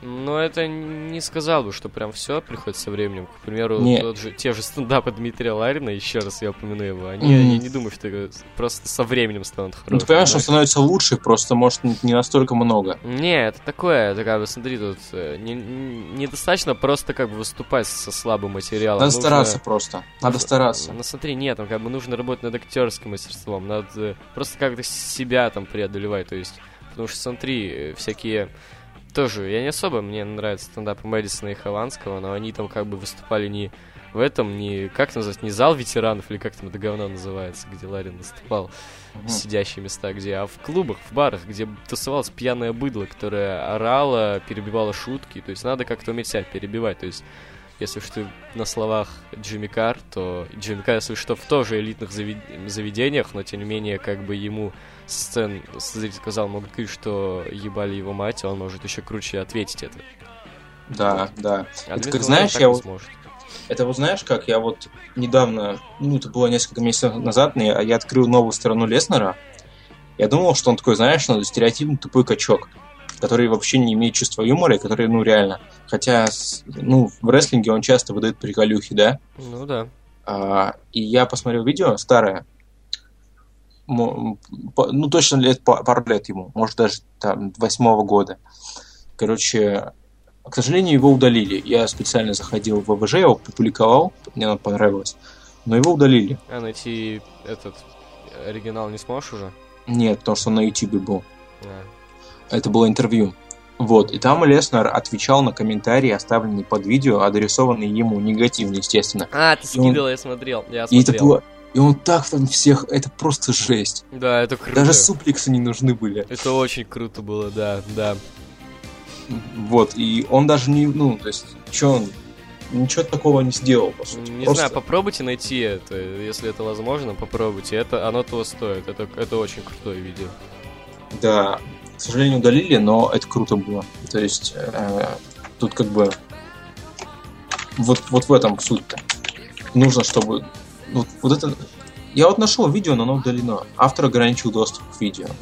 Но это не сказал бы, что прям все приходит со временем. К примеру,
Не.
тот же, те же стендапы Дмитрия Ларина, еще раз я упомяну его, они,
Мгм.
они не думают, что это просто со временем станут хорошими.
Ну, ты понимаешь, он
Да.
становится лучше, просто, может, не- не настолько много.
Не, это такое, это как бы, смотри, тут э, не- не- недостаточно просто как бы выступать со слабым материалом.
Надо
Нужно-
стараться просто. Надо
нужно-
стараться.
Ну смотри, нет, там как бы нужно работать над актерским мастерством, надо э, просто как-то себя там преодолевать, то есть, потому что смотри, э, всякие тоже, я не особо, мне нравятся стендапы Мэдисона и Хованского, но они там как бы выступали не в этом, не, как это называется, не зал ветеранов, или как там это говно называется, где Ларин выступал,
Мгм.
сидящие места где, а в клубах, в барах, где тусовалось пьяное быдло, которое орало, перебивало шутки, то есть надо как-то уметь себя перебивать, то есть если уж ты на словах Джимми Кар, то Джимми Кар, если что, в тоже элитных завед- заведениях, но тем не менее, как бы ему со сцен зритель сказал, могут говорить, что ебали его мать, он может еще круче ответить это.
Да, да.
А
Это
Дмитрий
как,
Ларин
знаешь,
так
я
не
вот-
сможет.
Это вот знаешь, как я вот недавно, ну, это было несколько месяцев назад, но я, я открыл новую сторону Леснера. Я думал, что он такой, знаешь, ну, стереотипный тупой качок, который вообще не имеет чувства юмора, и который, ну, реально. Хотя, с- ну, в рестлинге он часто выдает приколюхи, да?
Ну да.
А, и я посмотрел видео старое, Мо- по- ну, точно лет, па- пару лет ему, может, даже там восьмого года. Короче, к сожалению, его удалили. Я специально заходил в ВВЖ, я его публиковал, мне оно понравилось. Но его удалили.
А найти этот оригинал не сможешь уже?
Нет, потому что он на YouTube был.
А.
Это было интервью. Вот, и там Леснер отвечал на комментарии, оставленные под видео, адресованные ему негативно, естественно.
А, ты
И он-
скидывал, я смотрел. Я
И это
смотрел.
было... И он так там всех... Это просто жесть.
Да, это круто.
Даже супликсы не нужны были.
Это очень круто было, да, да.
Вот, и он даже не, ну, то есть, что он, ничего такого не сделал, по сути.
Не
Просто-
знаю, попробуйте найти это, если это возможно, попробуйте. Это оно того стоит. Это, это очень крутое видео.
Да, к сожалению, удалили, но это круто было. То есть, э, тут как бы, вот, вот в этом суть-то. Нужно, чтобы, вот, вот это, я вот нашел видео, но оно удалено. Автор ограничил доступ к видео.
М.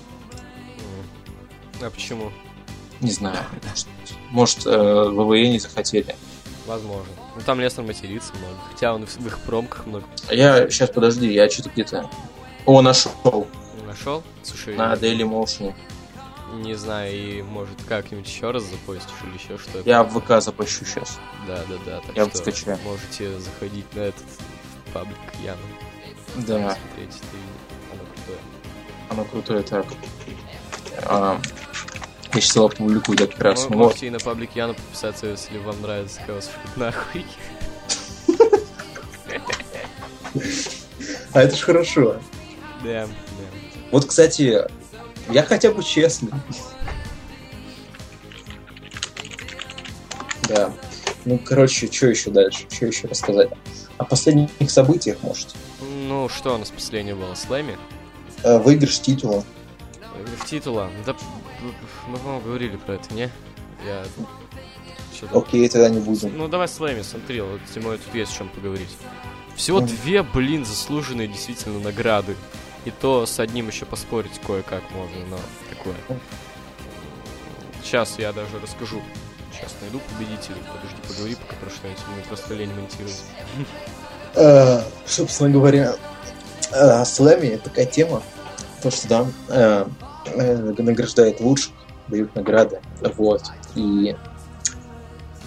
А почему?
Не знаю, может, может э, ВВЕ не захотели.
Возможно. Ну там Лестер матерится много. Хотя он в в их промках много
А Я, сейчас, подожди, я что-то где-то... О, нашел.
не нашел. Слушай,
На Daily Motion.
не знаю, и может как-нибудь еще раз запостишь или еще что-то.
Я в ВК запущу сейчас.
Да, да, да. Так
я
что
скачаю.
можете заходить на этот паблик Яна.
Да,
Смотреть это видео. Оно крутое.
оно крутое так. А, я сейчас его опубликую да, как раз.
Мо-
Ну, вот.
можете и на паблик Яна подписаться, если вам нравится хаос Шут, нахуй.
А это ж хорошо.
Да, да.
вот, кстати, я хотя бы честный. Да. Ну, короче, что еще дальше? Что еще рассказать? О последних событиях, может.
Ну, что у нас последнее было? Слэми? Э,
А, Выигрыш титула.
В титула. Да, п- п- мы, по-моему, говорили про это, не? Я... Что-то...
Окей, тогда не будем.
Ну, давай Слэми, смотри, вот тем более тут есть о чем поговорить. Всего
Мгм.
две, блин, заслуженные действительно награды. И то с одним еще поспорить кое-как можно, но такое. Сейчас я даже расскажу. Сейчас найду победителей. Подожди, поговори пока про что-нибудь. Мне просто лень монтировать.
А, собственно говоря, а, Слэмми такая тема. То, что там а, э, награждают лучших, дают награды. Вот. И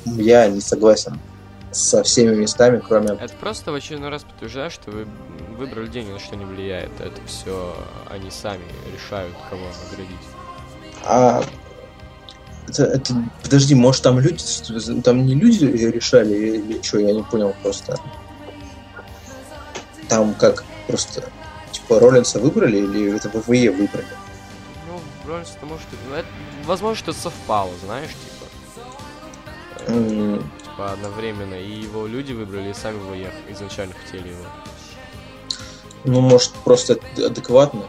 я не согласен со всеми местами, кроме...
Это просто в очередной раз подтверждаю, что вы выбрали день ни на что не влияет. Это все они сами решают, кого наградить.
А, это- это- подожди, может там люди, что- там не люди решали или что, я не понял просто. Там как просто, типа, Роллинса выбрали или это ВВЕ выбрали?
Ну, Брольс, ты можешь... ну, это- возможно, что совпало, знаешь, типа. Э,
М,
Типа одновременно. И его люди выбрали, и сами выехали. Изначально хотели его.
Ну, может, просто ад- адекватно.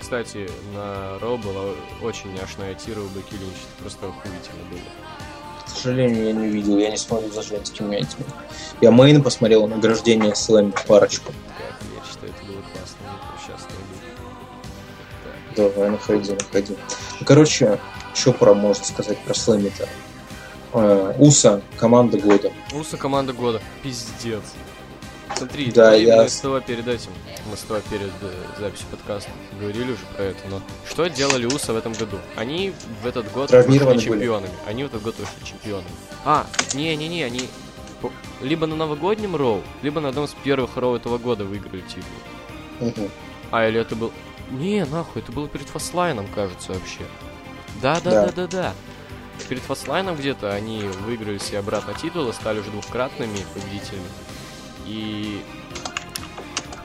Кстати, на Ро была очень няшная тира у Бекки Линч. Это просто охуительно было.
Это ж сожалению, я не увидел. Я не смотрю за женскими этими. Я мейн посмотрел награждение слэм парочку.
Так, я считаю, это было классно. ну, Я Сейчас найду.
Давай, находи, находи. Ну, Короче, что про можно сказать про слэми-то? Э, Уса, команда года.
Уса команда года. Пиздец. Смотри,
Да,
мы
я
именно
с-
с тобой перед этим, мы с тобой перед э, записью подкаста говорили уже про это, но что делали Уса в этом году? Они в этот год
Травмированы
вышли
были.
чемпионами. Они в этот год вышли чемпионами. А, не-не-не, они по- либо на новогоднем Роу, либо на одном из первых Роу этого года выиграли титул.
Мгм.
А, или это был... Не, нахуй, это было перед Фаслайном, кажется, вообще. Да-да-да-да-да. Перед Фаслайном где-то они выиграли себе обратно титулы, стали уже двухкратными победителями. И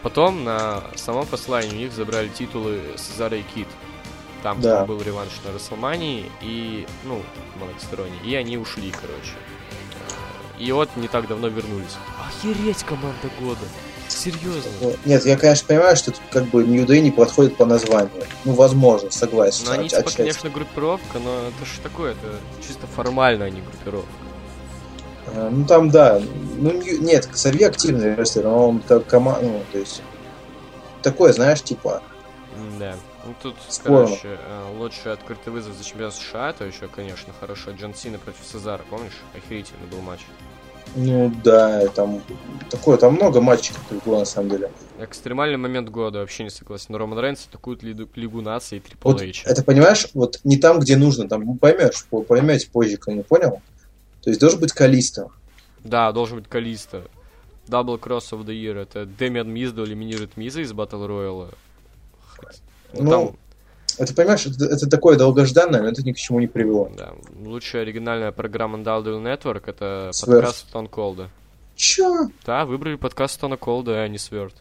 потом на самом Фаслайне у них забрали титулы Сезара и Кит. Там
Да.
был реванш на Расселмании и, ну, многосторонний. И они ушли, короче. И вот не так давно вернулись. Охереть, команда года. Серьезно.
Ну, Нет, я, конечно, понимаю, что тут как бы Нью Дэй не подходит по названию. Ну, возможно, согласен.
Ну, они,
от-
типа,
отчасти.
конечно, группировка, но это же такое, это чисто формально, а не группировка.
Э, Ну, там, да. Ну, Нью- нет, Косарье активный рестлер, но он так команда, ну, то есть... Такое, знаешь, типа...
Да. Ну, тут,
Спорно.
короче, э, лучший открытый вызов за чемпион США, это еще, конечно, хорошо. Джон Сина против Сезара, помнишь? Охерительный был матч.
Ну, да, там... Такое, там много матчей, как было, на самом деле.
Экстремальный момент года, вообще не согласен. Роман Рейнс атакует Лиду- Лигу Нации и Трипл
Вот
Эйч.
это понимаешь, вот не там, где нужно, там ну, поймешь, по- поймете позже, кому понял. То есть должен быть Калиста.
Да, должен быть Калиста. Дабл Кросс of the Year, это Дэмиан Мизду элиминирует Миза из Батл Рояла. Хоть- Ну,
Ну,
там
Это понимаешь, это, это такое долгожданное, но это ни к чему не привело.
Да, лучшая оригинальная программа Daldill Network это
Swerve.
подкаст Тон Колда.
Чё?
Да, выбрали подкаст Тона Колда, а не Сверт.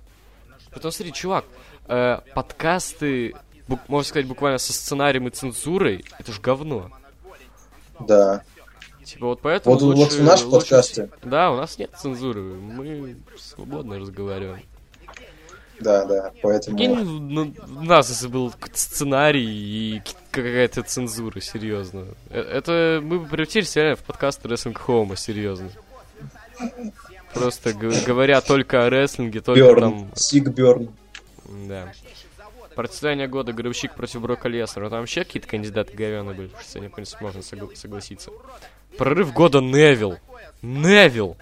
Потом смотри, чувак, э, подкасты, бук- можно сказать, буквально со сценарием и цензурой, это же говно.
Да.
Типа вот поэтому
Вот, вот
лучше-
в наши
лучше-
подкасты.
Да, у нас нет цензуры, мы свободно разговариваем.
Да, да.
Прикинь,
Поэтому.
ну, у нас если был какой-то сценарий и к- какая-то цензура, серьезно. Э, Это мы бы превратились реально в подкаст Wrestling Home, серьезно. Просто г- говоря только о рестлинге, только
Берн.
там...
Сиг Берн.
Да. Противостояние года Гробщик против Брока Леснера. Там вообще какие-то кандидаты говяные были, что сегодня, в принципе, можно согла- согласиться. Прорыв года Невил. Невил!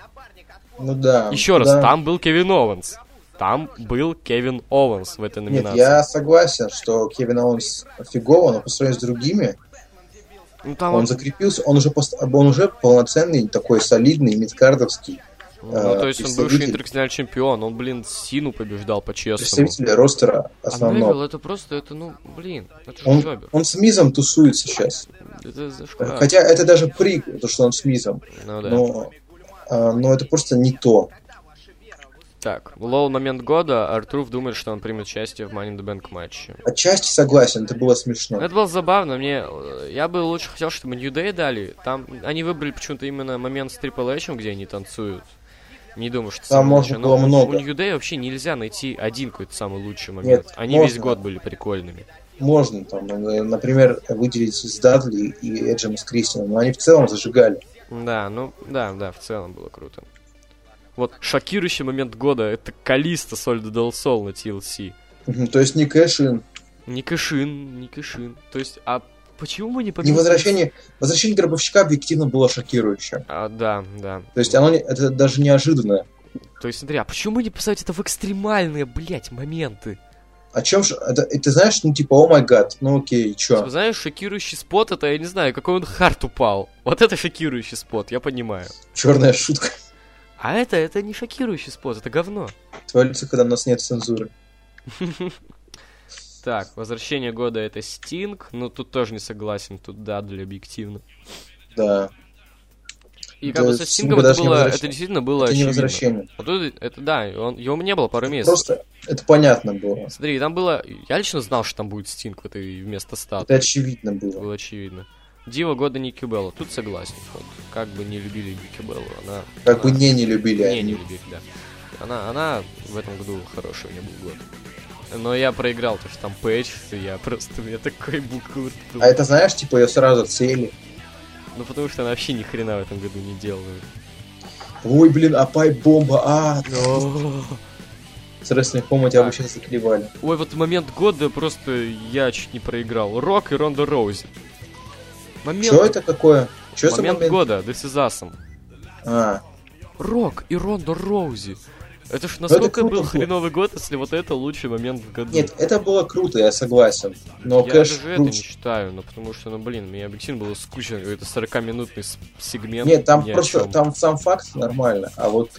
Ну да.
Еще раз,
да.
там был Кевин Оуэнс. Там был Кевин Оуэнс в этой
Нет,
номинации.
я согласен, что Кевин Оуэнс фигово, но по сравнению с другими,
Ну, там
он закрепился, он уже, пост- он уже полноценный, такой солидный, мидкардовский
Ну,
Э,
то есть он
представитель.
бывший интерконтинентальный чемпион, он, блин, Сину побеждал по-честному.
представитель ростера
А
основного.
Невилл это просто, это, ну, блин, это же
Он,
джобер.
он с Мизом тусуется сейчас.
Это зашквар.
Хотя это даже прикол, то, что он с Мизом.
Ну да.
Но, а, но это просто не то.
Так, лол момент года, Артур думает, что он примет участие в Money in the Bank матче.
Отчасти согласен, это было
Ну,
смешно.
это было забавно, мне... э, Я бы лучше хотел, чтобы New Day дали. Там они выбрали почему-то именно момент с Triple H, где они танцуют. Не думаю, что
Там
самый
можно
лучший,
было
но
много.
У New Day вообще нельзя найти один какой-то самый лучший момент.
Нет,
они весь
можно.
год были прикольными.
Можно там, э, например, выделить с Дадли и Эджем с Кристином, но они в целом зажигали.
Да, ну, да, да, в целом было круто. Вот шокирующий момент года — это Калиста с Ольдо Дел Сол на TLC.
Мгм, То есть не кэшин,
Не Кышин, не Кышин. То есть, а почему мы не
не
поменяли...
возвращение. Возвращение Гробовщика объективно было шокирующе.
А, да, да.
То есть оно не- это даже неожиданно.
То есть, смотри, а почему мы не поставить это в экстремальные, блядь, моменты?
О чем же... Это, и ты знаешь, ну типа, о май гад, ну окей,
Типа,
чё?
знаешь, шокирующий спот — это, я не знаю, какой он хард упал. Вот это шокирующий спот, я понимаю.
Черная шутка.
А это, это не шокирующий спот, это говно.
Твое лицо, когда у нас нет цензуры.
Так, возвращение года это Стинг, но тут тоже не согласен, тут Дадли объективно.
Да,
И
Да,
как бы со
Стинга
Стингом это
даже не
было,
возвращали.
это действительно было
это не
очевидно.
возвращение.
А тут это да, и он, его не было пару месяцев.
Просто это понятно было.
Смотри, там было, я лично знал, что там будет Стинг в этой вместо
Это
статуи.
очевидно было.
Было очевидно. Дива года Ники Белла, тут согласен. Вот, как бы не любили Ники Беллу, она...
Как бы
она-
не не любили
не, не
они.
любили, да. Она, она в этом году хороший у нее был год. Но я проиграл, потому что там Пэтч, и я просто, у меня такой букур был.
А это знаешь, типа ее сразу отсеяли.
Ну потому что она вообще ни хрена в этом году не делала.
Ой, блин, а пайп-бомба, а!
Ну. Ой,
С рестлинг-хома тебя бы сейчас заклевали.
вот момент года просто я чуть не проиграл. Рок и Ронда Роузи. Момент,
Что это такое? Что за
момент
момент?
года, да с Изасом.
А,
Рок и Ронда Роузи. Это ж
это
насколько
круто
был
было.
хреновый год, если вот это лучший момент в году.
нет, это было круто, я согласен. Но
я
кэш
даже это не
круче.
считаю, ну потому что, ну блин, мне объективно было скучно, какой-то 40-минутный с- сегмент.
Нет, там
ни о
просто
чём.
там сам факт нормально, а вот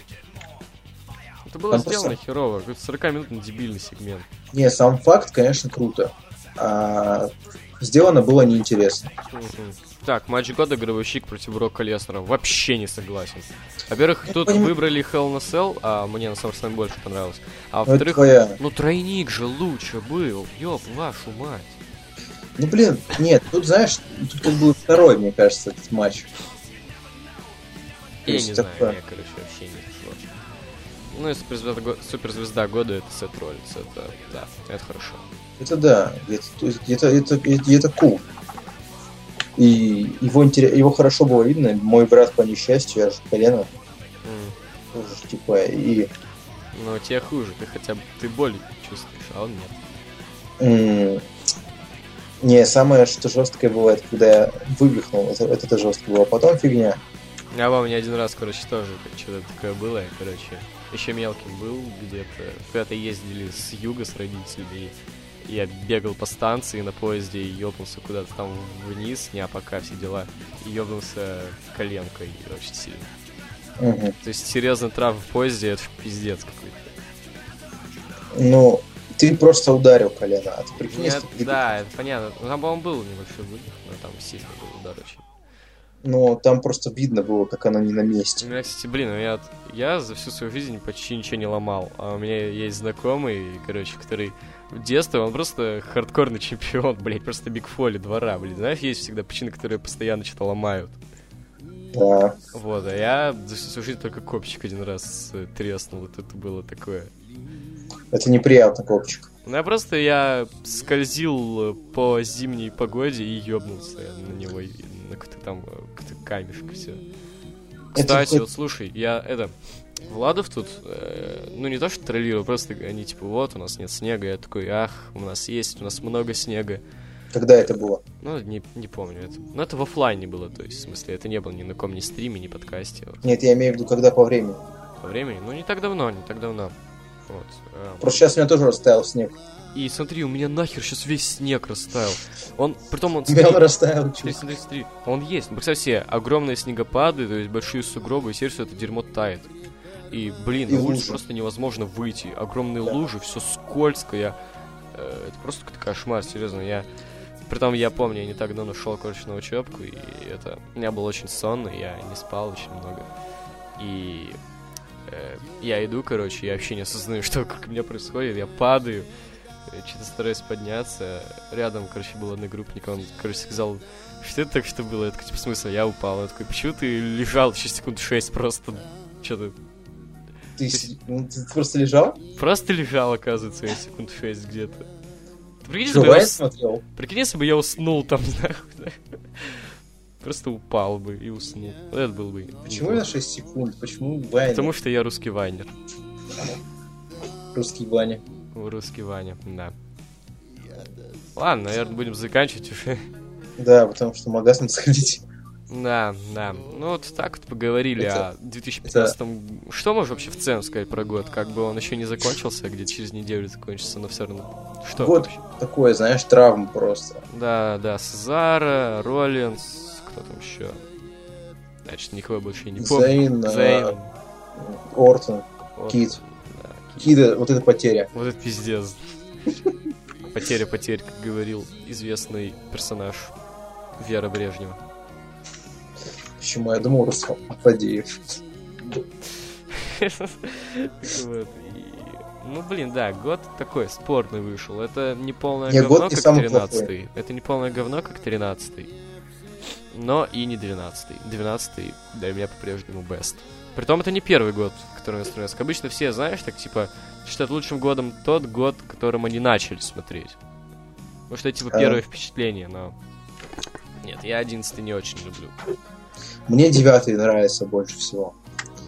Это было
там
сделано херово, какой-то 40-минутный дебильный сегмент.
не сам факт, конечно, круто. А сделано было неинтересно.
А
Ну,
Мгм. Так, матч года Гробовщик против Рока Леснера. Вообще не согласен. Во-первых,
Я
тут
поним-
выбрали Hell in a Cell, а мне на самом деле больше понравилось. А
Но это
во-вторых,
твоя.
ну тройник же лучше был, ёб вашу мать.
Ну блин, нет, тут знаешь, тут как бы второй, мне кажется, этот матч. То
Я
есть
не
такое.
знаю, мне, короче, вообще не пришло. Ну и суперзвезда, го- суперзвезда года это Сет Роллинс, это, да, это хорошо.
Это да, это, то есть это, это, это, это cool. И его, интерес, его хорошо было видно. Мой брат по несчастью, аж
М.
колено тоже, типа, и
Но тебе хуже, ты хотя бы, ты боль чувствуешь, а он нет.
М, Не, самое, что жесткое бывает, когда я вывихнул, это, это, то жестко было. Потом фигня.
А во мне один раз, короче, тоже как- что-то такое было, я, короче, еще мелким был где-то, куда-то ездили с юга с родителями, и я бегал по станции на поезде и ёбнулся куда-то там вниз, не а пока все дела, и ёбнулся коленкой очень сильно.
Мгм.
То есть серьезная травма в поезде, это ж пиздец какой-то.
Ну, ты просто ударил колено, а ты прикинь,
Нет,
если ты-
да, это понятно. Ну, Там, по-моему, был небольшой вывих, но там сильно был удар очень.
ну, там просто видно было, как оно не на
У
месте.
меня, кстати, блин, у меня- я за всю свою жизнь почти ничего не ломал. А у меня есть знакомый, короче, который в детстве, он просто хардкорный чемпион, блядь, просто бигфоли двора, блядь. Знаешь, есть всегда причины, которые постоянно что-то ломают.
Да.
Вот, а я за всю свою жизнь только копчик один раз э, треснул, вот это было такое.
Это неприятно, копчик.
Ну, я просто, я скользил э, по зимней погоде и ёбнулся я на него, и на какой-то там, э, какой-то камешек, все. Кстати,
это,
вот слушай, я это. Владов тут, э, ну не то что троллировал, просто они типа, вот, у нас нет снега. Я такой, ах, у нас есть, у нас много снега.
когда это было?
Ну, не, не помню это. Но это в оффлайне было, то есть, в смысле, это не было ни на ком ни стриме, ни подкасте. Вот,
Нет, я имею в виду, когда по времени.
по времени, ну не так давно, не так давно. Вот. эм.
Просто сейчас у меня тоже растаял снег.
И смотри, у меня нахер сейчас весь снег растаял. Он, притом он...
У меня он
смотри,
растаял,
Смотри,
чуть.
смотри, смотри. Он есть. Ну, Представь себе, огромные снегопады, то есть большие сугробы, и все это дерьмо тает. И, блин,
И
на улицу
лужи.
просто невозможно выйти. Огромные
Да.
лужи, все скользко. Я... э, Это просто какой-то кошмар, серьезно. Я... Притом я помню, я не так давно шел, короче, на учебку, и это... Я был очень сонный, я не спал очень много. И э, я иду, короче, я вообще не осознаю, что как у меня происходит, я падаю, что-то стараюсь подняться. Рядом, короче, был одногруппник, он, короче, сказал, что это так что было? Я такой, типа, в смысле, я упал. Я такой, почему ты лежал 6 секунд 6 просто? Что-то...
Ты, си- ну, ты просто лежал?
Просто лежал, оказывается, я секунд 6 где-то. Ты прикинь, если бы я
Желая
ус-
смотрел?
прикинь, если бы я уснул там, нахуй, да? Просто упал бы и уснул. Вот это был бы...
Почему
неплохо.
я 6 секунд? Почему Ваня?
Потому что я русский вайнер.
Русский Ваня.
Русский Ваня, да. Ладно, наверное, будем заканчивать уже.
Да, потому что в магаз надо сходить.
Да, да. Ну вот так вот поговорили
Это-
о 2015 м. Что можно вообще в целом сказать про год? Как бы он еще не закончился, а где-то через неделю закончится, но все равно. Что
Год.
вообще?
Такое, знаешь, травм просто.
Да, да, Сезара, Роллинс, кто там еще? Значит, никого больше я не помню.
Зейн, а,
Зейн.
Ортон,
Вот,
Кид.
да.
Кида, вот эта потеря.
Вот это пиздец. Потеря потерь, как говорил известный персонаж Вера Брежнева.
Почему я думал, Руслан Фадеев.
Вот, и- Ну, блин, да, год такой спорный вышел. Это не полное
Не,
говно,
год не
как
самый
13 Это не полное говно, как 13 Но и не 12 12 для меня по-прежнему best. Притом это не первый год, в котором я смотрю. Обычно все, знаешь, так типа, считают лучшим годом тот год, которым они начали смотреть. Потому что это типа
А.
первое впечатление, но... Нет, я одиннадцатый не очень люблю.
Мне девятый нравится больше всего.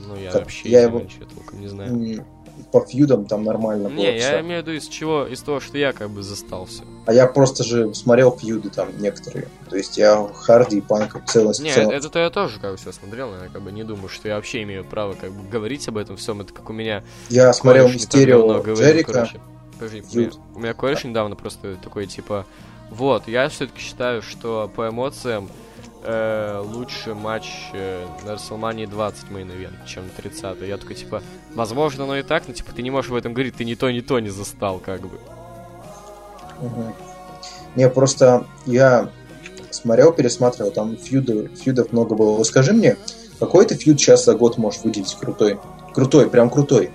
Ну, я
Как-
вообще
я
я
его-
ничего толком не знаю.
М, По фьюдам там нормально было.
Не,
всё.
я имею в виду из чего, из того, что я как бы застал все.
А я просто же смотрел фьюды там некоторые. То есть я Харди и Панка в целости.
Не,
в целом-
это-то я тоже как бы все смотрел, но я как бы не думаю, что я вообще имею право как бы говорить об этом всем. Это как у меня
Я смотрел
кореш не так давно
Мистерио
говорил,
Джерика.
короче. Подожди, у, меня,
Фьюд.
у меня кореш недавно просто такой, типа, вот, я все-таки считаю, что по эмоциям э, лучше матч э, на WrestleMania 20 мейн ивент, чем 30 Я такой, типа, возможно, но и так, но, типа, ты не можешь в этом говорить, ты ни то, ни то не застал, как бы.
Мгм. Не, просто я смотрел, пересматривал, там фьюды, фьюдов много было. Вот Скажи мне, какой ты фьюд сейчас за год можешь выделить крутой? Крутой, прям крутой.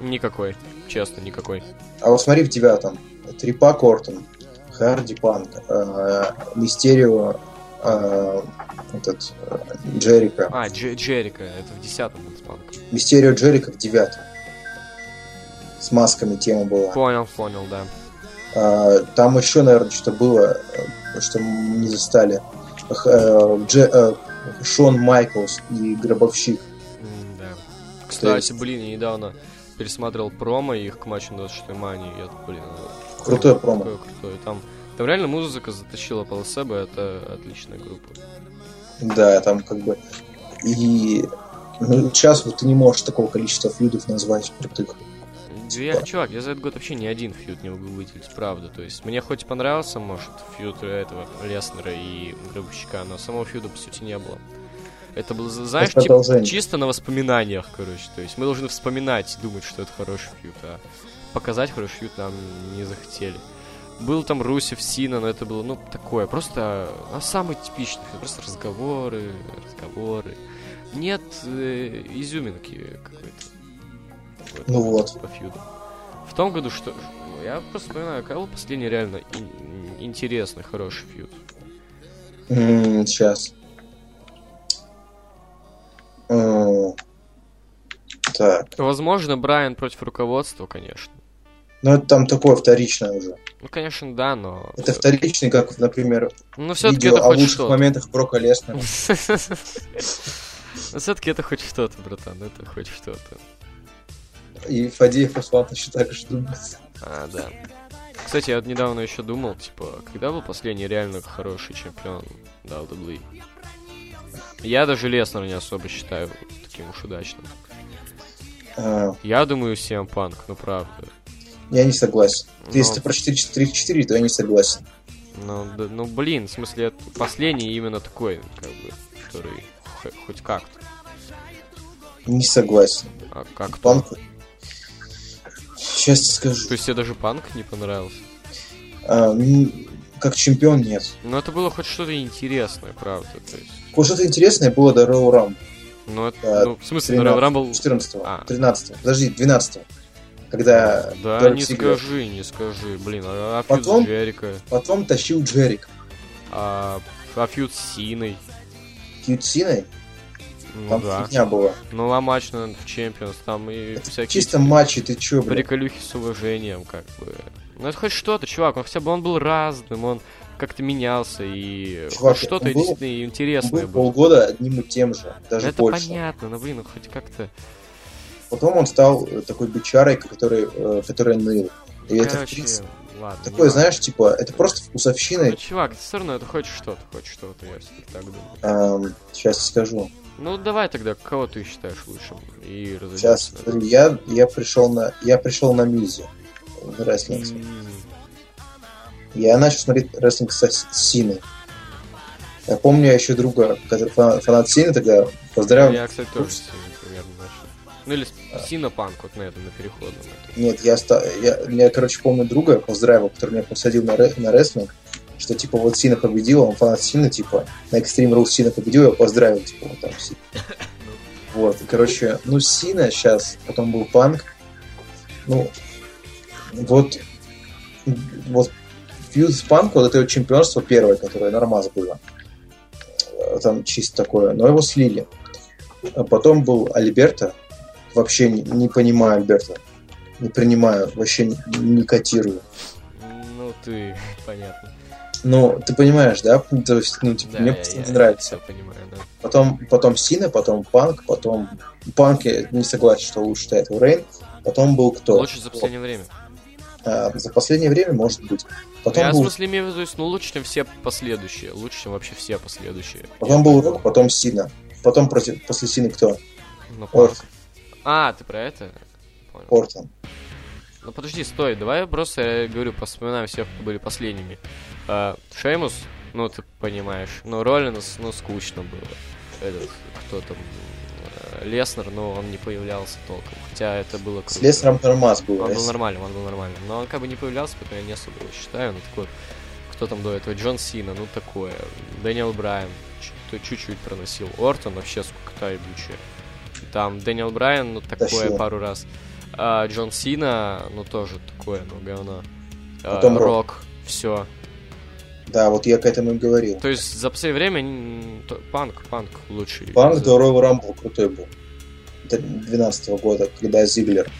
Никакой, честно, никакой.
А вот смотри в девятом. Трипа Кортон, Харди Панк, э, Мистерио, э, этот, э, Джерика.
А, Дже- Джерика, это в 10-м был спанк.
Мистерио Джерика в девятом. С масками тема была.
Понял, понял, да.
А, Там еще, наверное, что-то было, э, что мы не застали. Х- э, Дже- э, Шон Майклс и Гробовщик.
М, Да. Кстати, блин, я недавно пересмотрел промо их к матчу на 26 мании. Я, блин, э,
Крутое
кру-
промо.
Крутое, крутое. Там, там реально музыка затащила Пол Себа, это отличная группа.
Да, там как бы... И ну, сейчас вот ты не можешь такого количества фьюдов назвать крутых.
Да Я, чувак, я за этот год вообще ни один фьют не могу выделить, правда. То есть мне хоть и понравился, может, фьют этого Леснера и Гробовщика, но самого фьюда, по сути, не было. Это было, знаешь,
Это
типа,
продолжение.
чисто на воспоминаниях, короче. То есть мы должны вспоминать, думать, что это хороший фьют, а показать хороший фьют нам не захотели. Был там Русев, Сина, но это было, ну, такое, просто а, самый типичный фьюд, просто разговоры, разговоры. Нет э, изюминки какой-то. Вот,
Ну вот.
По фьюду. В том году, что... ну, Я просто вспоминаю, какой был последний реально ин- интересный, хороший фьюд.
сейчас. Э, Так.
Возможно, Брайан против руководства, конечно.
Ну, это там такое вторичное уже.
Ну, конечно, да, но...
Это вторичный, как, например,
Ну, все-таки
видео
это
о
хоть
лучших
что-то.
моментах Брока Леснера.
Все-таки Ну, это хоть что-то, братан, это хоть что-то.
И Фадеев Руслан еще так же думает.
А, да. Кстати, я вот недавно еще думал, типа, когда был последний реально хороший чемпион WWE? Я даже Леснера не особо считаю таким уж удачным.
А,
Я думаю, CM Панк, ну правда.
Я не согласен. Ты, Если
Ну.
ты про 4-4, то я не согласен.
Ну, да- ну блин, в смысле, это последний именно такой, как бы, который хо- хоть как-то.
Не согласен.
А как то
Панк... Сейчас тебе скажу.
То есть тебе даже Панк не понравился?
А, м, как чемпион нет.
Ну, это было хоть что-то интересное, правда, то есть.
Вот что-то интересное было до Роу Рам
Ну, это,
Да,
ну, в смысле, на Royal Rumble-
14
А.
13 Подожди, 12 Когда
Да,
Дольф
не
Зиглер
скажи, не скажи, блин, а, а фьюд
Потом?
с Джерика,
потом тащил Джерик
а, а фьюд с Синой,
Кьютсиной.
ну
Там
да,
фигня была.
ну а матч, наверное, в Чемпионс, там и всякие
Чисто матчи, ты чё, блин?
приколюхи с уважением, как бы. Ну это хоть что-то, чувак, он хотя бы он был разным, он как-то менялся, и
Чувак,
хоть что-то
он был-
действительно
Он
интересное
был
было.
полгода одним и тем же, даже
Это
больше.
понятно, но, блин, ну хоть как-то...
Потом он стал э, такой бичарой, который, э, который ныл. И это, в
Короче,
принципе,
ладно. не
Такое,
важно.
знаешь, типа, это просто вкусовщина.
Ну, чувак, ты все равно это хоть что-то, хоть что-то, я всё-таки так думаю.
сейчас эм, скажу.
Ну давай тогда, кого ты считаешь лучшим? И
Сейчас
разойдёмся.
я, я пришел на я пришел на мизи в рестлинг.
М,
Я начал смотреть рестлинг со С- с Синой. Я помню, я еще друга, который фа- фанат Сины тогда, поздравил.
Я, кстати, тоже с Синой примерно начал. Ну или с Синопанк вот на этом, на переходном. этом.
Нет, я, ста- я, я, короче, помню друга, поздравил, который меня посадил на, ре- на рестлинг, что, типа, вот Сина победила, он фанат Сины, типа, на Extreme Rules Сина победил, я поздравил, типа, вот там Сина. Вот, и, короче, ну, Сина сейчас, потом был Панк, ну, вот, вот фьюз с Панк, вот это его чемпионство первое, которое нормаз было, Э, там чисто такое, но его слили. А Потом был Альберто, вообще не- не понимаю Альберта не принимаю, вообще не, не котирую.
Ну ты, понятно.
Ну, ты понимаешь, да? То есть, ну, типа,
Да,
мне
я-
просто
я-
не нравится.
Я всё понимаю, да.
Потом, потом Сина, потом Панк, потом... Панк, я не согласен, что лучше считает Урейн. Потом был кто?
Лучше за последнее время.
А, за последнее время, может быть. Потом
я в
был,
смысле имею в виду, то есть, ну лучше, чем все последующие. Лучше, чем вообще все последующие.
потом был Рок, потом Сина. Потом против, после Сины кто?
Ну,
Орт,
А, ты про это? Понял.
Ортон.
Ну подожди, стой, давай просто, я говорю, вспоминаем всех, кто были последними. А, Шеймус, ну ты понимаешь, ну Роллинс, ну скучно было. Этот, кто там, э, Леснер, ну он не появлялся толком, хотя это было
С
круто.
Леснером нормас был.
Он
а
был
с-
нормальным, он был нормальным. Но он как бы не появлялся, поэтому я не особо его считаю. Ну такой, кто там до этого? Джон Сина, ну такое. Дэниел Брайан ч- то чуть-чуть проносил. Ортон вообще скукота и Там Дэниел Брайан, ну такое
Тащил.
пару раз. А, Джон Сина, ну тоже такое, ну говно. А,
Потом Рок.
Рок, все.
Да, вот я к этому и говорил.
То есть за последнее время м, то- панк, панк лучший.
Панк
За-
до Royal Rumble крутой был. Это 12 года, когда Зиглер.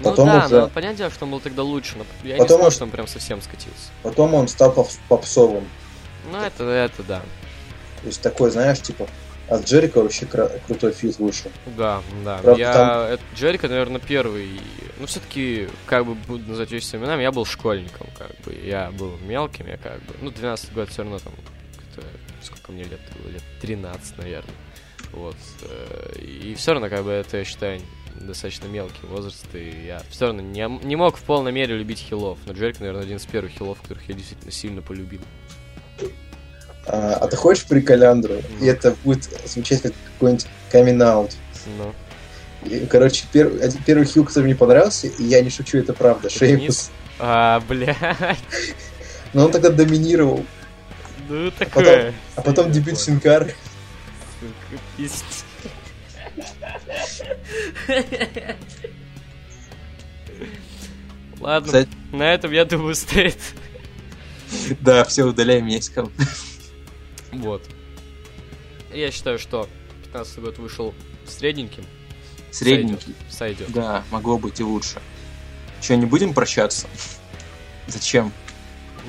Ну
потом
да,
уже-
но понятное дело, что он был тогда лучше, но я не
Потом
скажу,
уж-
что он прям совсем скатился.
Потом он стал поп- попсовым.
Ну
Э,
это, это да.
То есть такой, знаешь, типа, от Джерика вообще кра- крутой фьюз вышел.
Да, да.
Правда,
я
там-
это Джерика, наверное, первый. Ну, все-таки, как бы буду назвать вещи своими именами, я был школьником, как бы. Я был мелким, я как бы. Ну, 12 год все равно там как-то, сколько мне лет было, лет 13, наверное. Вот. э, И все равно, как бы, это я считаю достаточно мелкий возраст, и я все равно не, м- не мог в полной мере любить хилов. Но Джерик, наверное, один из первых хилов, которых я действительно сильно полюбил.
А, а ты хочешь приколяндру? И это будет звучать как какой-нибудь камин-аут.
Но...
И, Короче, пер- один- первый хил, который мне понравился, и я не шучу, это правда, Шеймус.
А, бля,
Но он тогда доминировал.
ну такое.
А потом дебют
Понял.
Синкары.
Пиздец. Ладно,
Кстати,
на этом, я думаю, стоит.
да, все удаляем меня из ком-
Вот. Я считаю, что 15 год вышел средненьким,
Средненький.
сойдет.
Да, могло быть и лучше. Че, не будем прощаться? Зачем?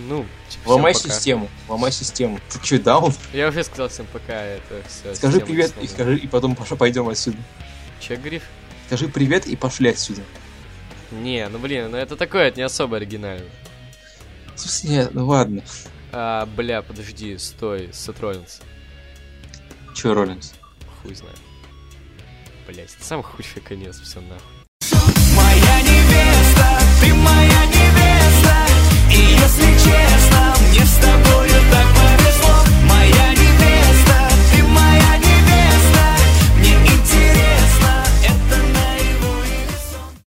Ну, типа, всем
Ломай
пока.
систему, ломай систему. Ты че, даун?
Я уже сказал всем пока, это все.
Скажи привет и скажи, и потом пош- пойдем отсюда.
Че, Гриф?
Скажи привет и пошли отсюда.
Не, ну блин, ну это такое, это не особо оригинально.
В смысле, нет, ну ладно.
А, бля, подожди, стой, Сет Роллинс.
Че, Роллинс?
Хуй знает. Блять, это самый худший конец, все нахуй.